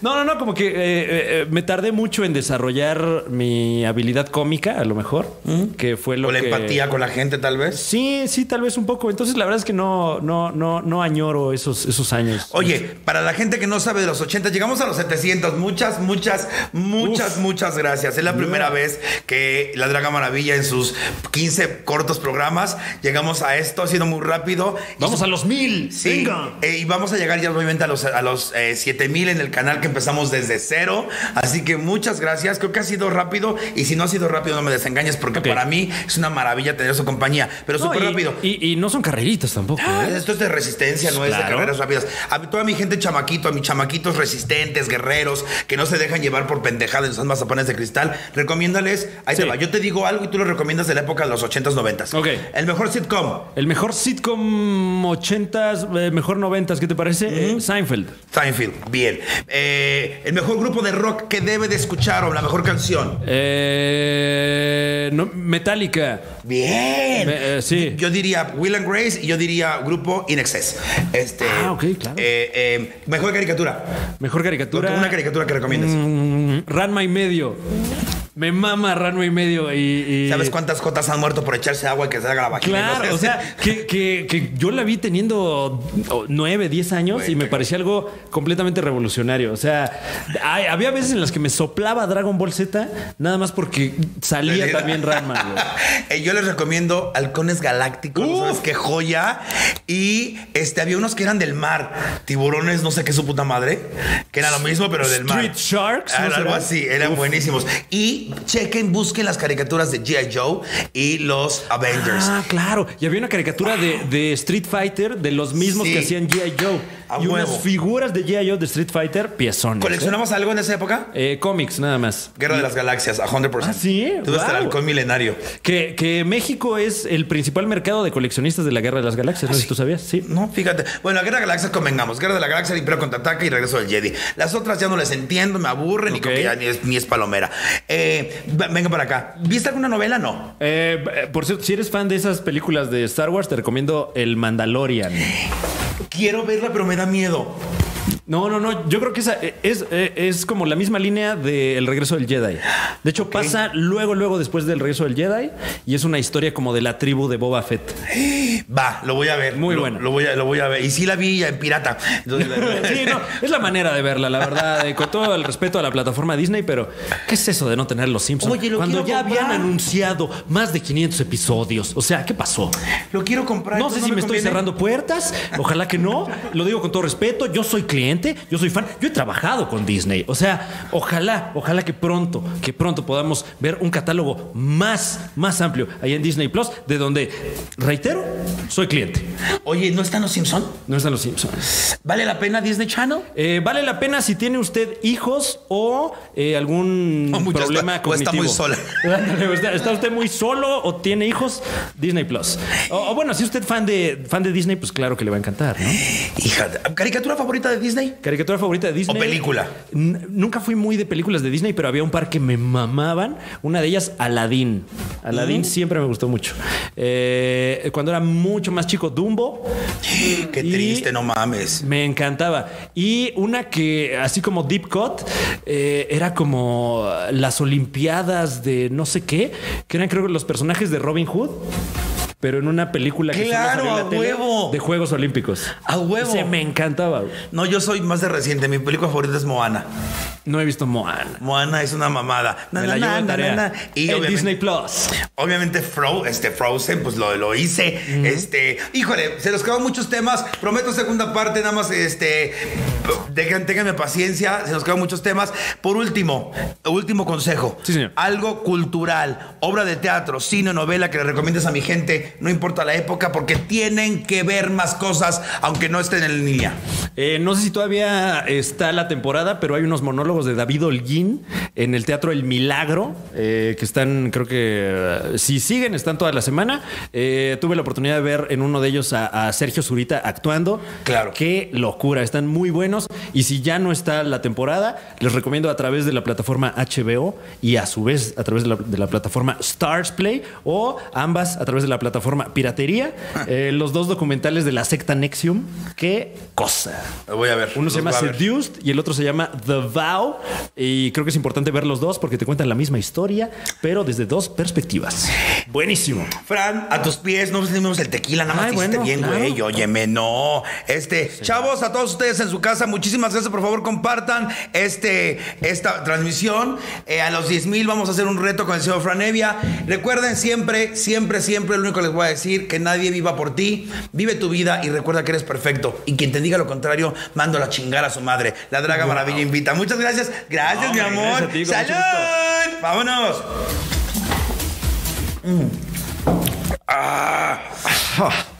Speaker 2: no, no, no, como que eh, eh, eh, me tardé mucho en desarrollar mi habilidad cómica, a lo mejor, que fue lo
Speaker 1: O la
Speaker 2: que...
Speaker 1: empatía con la gente, tal vez.
Speaker 2: Sí, sí, tal vez un poco. Entonces, la verdad es que no, no, no, no añoro esos, esos años.
Speaker 1: Oye, para la gente que no sabe de los 80, llegamos a los 700. Muchas, muchas, muchas,
Speaker 2: Uf.
Speaker 1: muchas gracias. Es la primera vez que la Draga Maravilla en sus 15 cortos programas llegamos a esto, ha sido muy rápido.
Speaker 2: Vamos a los mil.
Speaker 1: Sí, eh, y vamos a llegar ya obviamente a los, a los eh, 7000 en el canal que empezamos desde cero. Así que muchas gracias. Creo que ha sido rápido. Y si no ha sido rápido, no me desengañes, porque
Speaker 2: Ok.
Speaker 1: para mí es una maravilla tener su compañía. Pero
Speaker 2: No,
Speaker 1: súper
Speaker 2: y-
Speaker 1: rápido.
Speaker 2: Y, y no son carreritas tampoco.
Speaker 1: Ah,
Speaker 2: ¿eh?
Speaker 1: Esto es de resistencia, no es de
Speaker 2: Claro.
Speaker 1: carreras rápidas. A mi- toda mi gente chamaquito, a mis chamaquitos resistentes, guerreros, que no se dejan llevar por pendejadas en esas mazapanes de cristal, recomiéndales, ahí te
Speaker 2: Sí.
Speaker 1: va, yo te digo algo y tú lo recomiendas de la época de los 80s, 90s.
Speaker 2: Ok.
Speaker 1: El mejor sitcom,
Speaker 2: El mejor sitcom 80s, eh, mejor 90s, ¿qué te parece? Eh, Seinfeld.
Speaker 1: Seinfeld, bien. Eh, el mejor grupo de rock que debe de escuchar o la mejor canción.
Speaker 2: Eh, no, Metallica.
Speaker 1: Bien.
Speaker 2: Me- eh, sí.
Speaker 1: Yo diría Will and Grace y yo diría grupo In Excess. Este,
Speaker 2: Ah, ok, claro.
Speaker 1: eh, eh, mejor caricatura.
Speaker 2: Mejor caricatura.
Speaker 1: Una caricatura que recomiendes.
Speaker 2: Mm, Ranma y medio. Me mama Ranma y medio. Y, y-
Speaker 1: ¿Sabes cuántas jotas han muerto por echarse agua y que se haga la vagina?
Speaker 2: Claro, o sea, que, que- que yo la vi teniendo oh, nueve, diez años y me parecía algo completamente revolucionario. O sea, hay- había veces en las que me soplaba Dragon Ball Z nada más porque salía también Ranma. güey.
Speaker 1: Eh, Yo les recomiendo halcones galácticos, ¿no
Speaker 2: Uf.
Speaker 1: ¿sabes qué joya? Y este había unos que eran del mar, tiburones, no sé qué su puta madre, que era lo mismo pero del mar.
Speaker 2: Street Sharks,
Speaker 1: Era
Speaker 2: ¿no
Speaker 1: algo
Speaker 2: será?
Speaker 1: así, eran buenísimos. Y chequen, busquen las caricaturas de GI Joe y los Avengers.
Speaker 2: Ah, claro. Y había una caricatura de, de Street Fighter de los mismos
Speaker 1: Sí.
Speaker 2: que hacían G.I. Joe.
Speaker 1: A
Speaker 2: y
Speaker 1: huevo.
Speaker 2: unas figuras de G.I. Joe de Street Fighter, piezones.
Speaker 1: ¿Coleccionamos algo en esa época?
Speaker 2: ¿eh? Eh, cómics, nada más.
Speaker 1: Guerra de las Galaxias, a 100%.
Speaker 2: Ah, ¿sí?
Speaker 1: Tú hasta el
Speaker 2: Wow.
Speaker 1: halcón milenario.
Speaker 2: Que, que México es el principal mercado de coleccionistas de la Guerra de las Galaxias,
Speaker 1: Ah,
Speaker 2: ¿no? Si tú sabías, sí.
Speaker 1: No, fíjate. Bueno, la Guerra de las Galaxias convengamos. Guerra de la Galaxia, el Imperio contraataca y regreso del Jedi. Las otras ya no les entiendo, me aburren y
Speaker 2: Ok.
Speaker 1: creo que ya ni es, ni es palomera. Eh, va- venga para acá. ¿Viste alguna novela? No.
Speaker 2: Eh, eh, por cierto, si eres fan de esas películas de Star Wars, te recomiendo El Mandalorian.
Speaker 1: Quiero verla, pero me da miedo.
Speaker 2: No, no, no. Yo creo que esa eh, es, eh, es como la misma línea de El regreso del Jedi. De hecho, pasa luego, luego después del regreso del Jedi y es una historia como de la tribu de Boba Fett.
Speaker 1: Va, lo voy a ver.
Speaker 2: Muy
Speaker 1: Lo-
Speaker 2: buena.
Speaker 1: Lo voy a, lo voy a ver. Y sí la vi en pirata. Entonces, la-
Speaker 2: Sí, no, es la manera de verla, la verdad, eh, con todo el respeto a la plataforma Disney, pero ¿qué es eso de no tener los Simpsons?
Speaker 1: Oye, lo
Speaker 2: Cuando
Speaker 1: quiero
Speaker 2: ya
Speaker 1: comprar.
Speaker 2: habían anunciado más de 500 episodios, o sea, ¿qué pasó?
Speaker 1: Lo quiero comprar.
Speaker 2: No sé
Speaker 1: entonces
Speaker 2: si me, estoy
Speaker 1: pues conviene.
Speaker 2: cerrando puertas, ojalá que no, lo digo con todo respeto, yo soy cliente, yo soy fan, yo he trabajado con Disney, o sea, ojalá, ojalá que pronto, que pronto podamos ver un catálogo más, más amplio ahí en Disney Plus, de donde, reitero, soy cliente.
Speaker 1: Oye, ¿no están los Simpson?
Speaker 2: No están los Simpsons.
Speaker 1: ¿Vale la pena Disney Channel?
Speaker 2: Eh, vale la pena si tiene usted hijos o eh, algún
Speaker 1: O mucho
Speaker 2: problema
Speaker 1: está- o está
Speaker 2: cognitivo.
Speaker 1: muy sola.
Speaker 2: Ándale, o está, está usted muy solo o tiene hijos, Disney Plus. O, o bueno, si usted fan de fan de Disney, pues claro que le va a encantar, ¿no?
Speaker 1: Hija, ¿caricatura favorita de Disney?
Speaker 4: Disney?
Speaker 2: Caricatura favorita de Disney.
Speaker 1: ¿O película?
Speaker 2: N- nunca fui muy de películas de Disney, pero había un par que me mamaban. Una de ellas, Aladdin. Aladdin siempre me gustó mucho. Eh, cuando era mucho más chico, Dumbo.
Speaker 1: Qué
Speaker 2: Mm, Y-
Speaker 1: triste, no mames.
Speaker 2: Me encantaba. Y una que, así como Deep Cut, eh, era como las Olimpiadas de no sé qué, que eran creo que los personajes de Robin Hood, pero en una película que solo
Speaker 1: Claro,
Speaker 2: salió en la
Speaker 1: a
Speaker 2: tele
Speaker 1: huevo.
Speaker 2: de Juegos Olímpicos.
Speaker 1: A huevo.
Speaker 2: Ese me encantaba. güey.
Speaker 1: No, yo soy más de reciente. Mi película favorita es Moana.
Speaker 2: No he visto Moana.
Speaker 1: Moana es una mamada. Na,
Speaker 2: Me
Speaker 1: na,
Speaker 2: la llevo
Speaker 1: na,
Speaker 2: de
Speaker 1: na,
Speaker 2: tarea.
Speaker 1: na, na. Y
Speaker 2: en
Speaker 1: obviamente-
Speaker 2: Disney Plus.
Speaker 1: Obviamente Fro, este Frozen, pues lo, lo hice. Este, híjole, se nos quedan muchos temas. Prometo segunda parte, nada más, este, dejen, ténganme paciencia, se nos quedan muchos temas. Por último, último consejo.
Speaker 2: Sí, señor.
Speaker 1: Algo cultural, obra de teatro, cine, novela que le recomiendes a mi gente, no importa la época, porque tienen que ver más cosas, aunque no estén en línea.
Speaker 2: Eh, no sé si todavía está la temporada, pero hay unos monólogos de David Holguín en el Teatro El Milagro, eh, que están, creo que, eh, si siguen, están toda la semana. Eh, tuve la oportunidad de ver en uno de ellos a, a Sergio Zurita actuando.
Speaker 1: Claro.
Speaker 2: Qué locura, están muy buenos. Y si ya no está la temporada, les recomiendo a través de la plataforma HBO y a su vez a través de la, de la plataforma Stars Play o ambas a través de la plataforma Piratería,
Speaker 1: Ah.
Speaker 2: eh, los dos documentales de la secta Nexium. Qué cosa.
Speaker 1: Lo voy a ver.
Speaker 2: Uno se
Speaker 1: los
Speaker 2: llama
Speaker 1: voy a ver.
Speaker 2: Seduced y el otro se llama The Vow. Y creo que es importante ver los dos porque te cuentan la misma historia, pero desde dos perspectivas. Buenísimo.
Speaker 1: Fran, a tus pies, no tenemos el tequila, nada más
Speaker 2: Ay,
Speaker 1: te hiciste
Speaker 2: bueno,
Speaker 1: bien,
Speaker 2: claro.
Speaker 1: güey. Óyeme, no. Este, chavos, a todos ustedes en su casa, muchísimas gracias. Por favor, compartan este, esta transmisión. Eh, a los 10 mil vamos a hacer un reto con el señor Fran Evia. Recuerden siempre, siempre, siempre, lo único que les voy a decir, que nadie viva por ti. Vive tu vida y recuerda que eres perfecto. Y quien te diga lo contrario, mando a chingar a su madre. La Draga Maravilla invita. Muchas gracias. Gracias,
Speaker 2: No,
Speaker 1: mi
Speaker 2: hombre,
Speaker 1: amor.
Speaker 2: gracias a ti, con mucho
Speaker 1: ¡Salud! ¡Vámonos! Mm. Ah.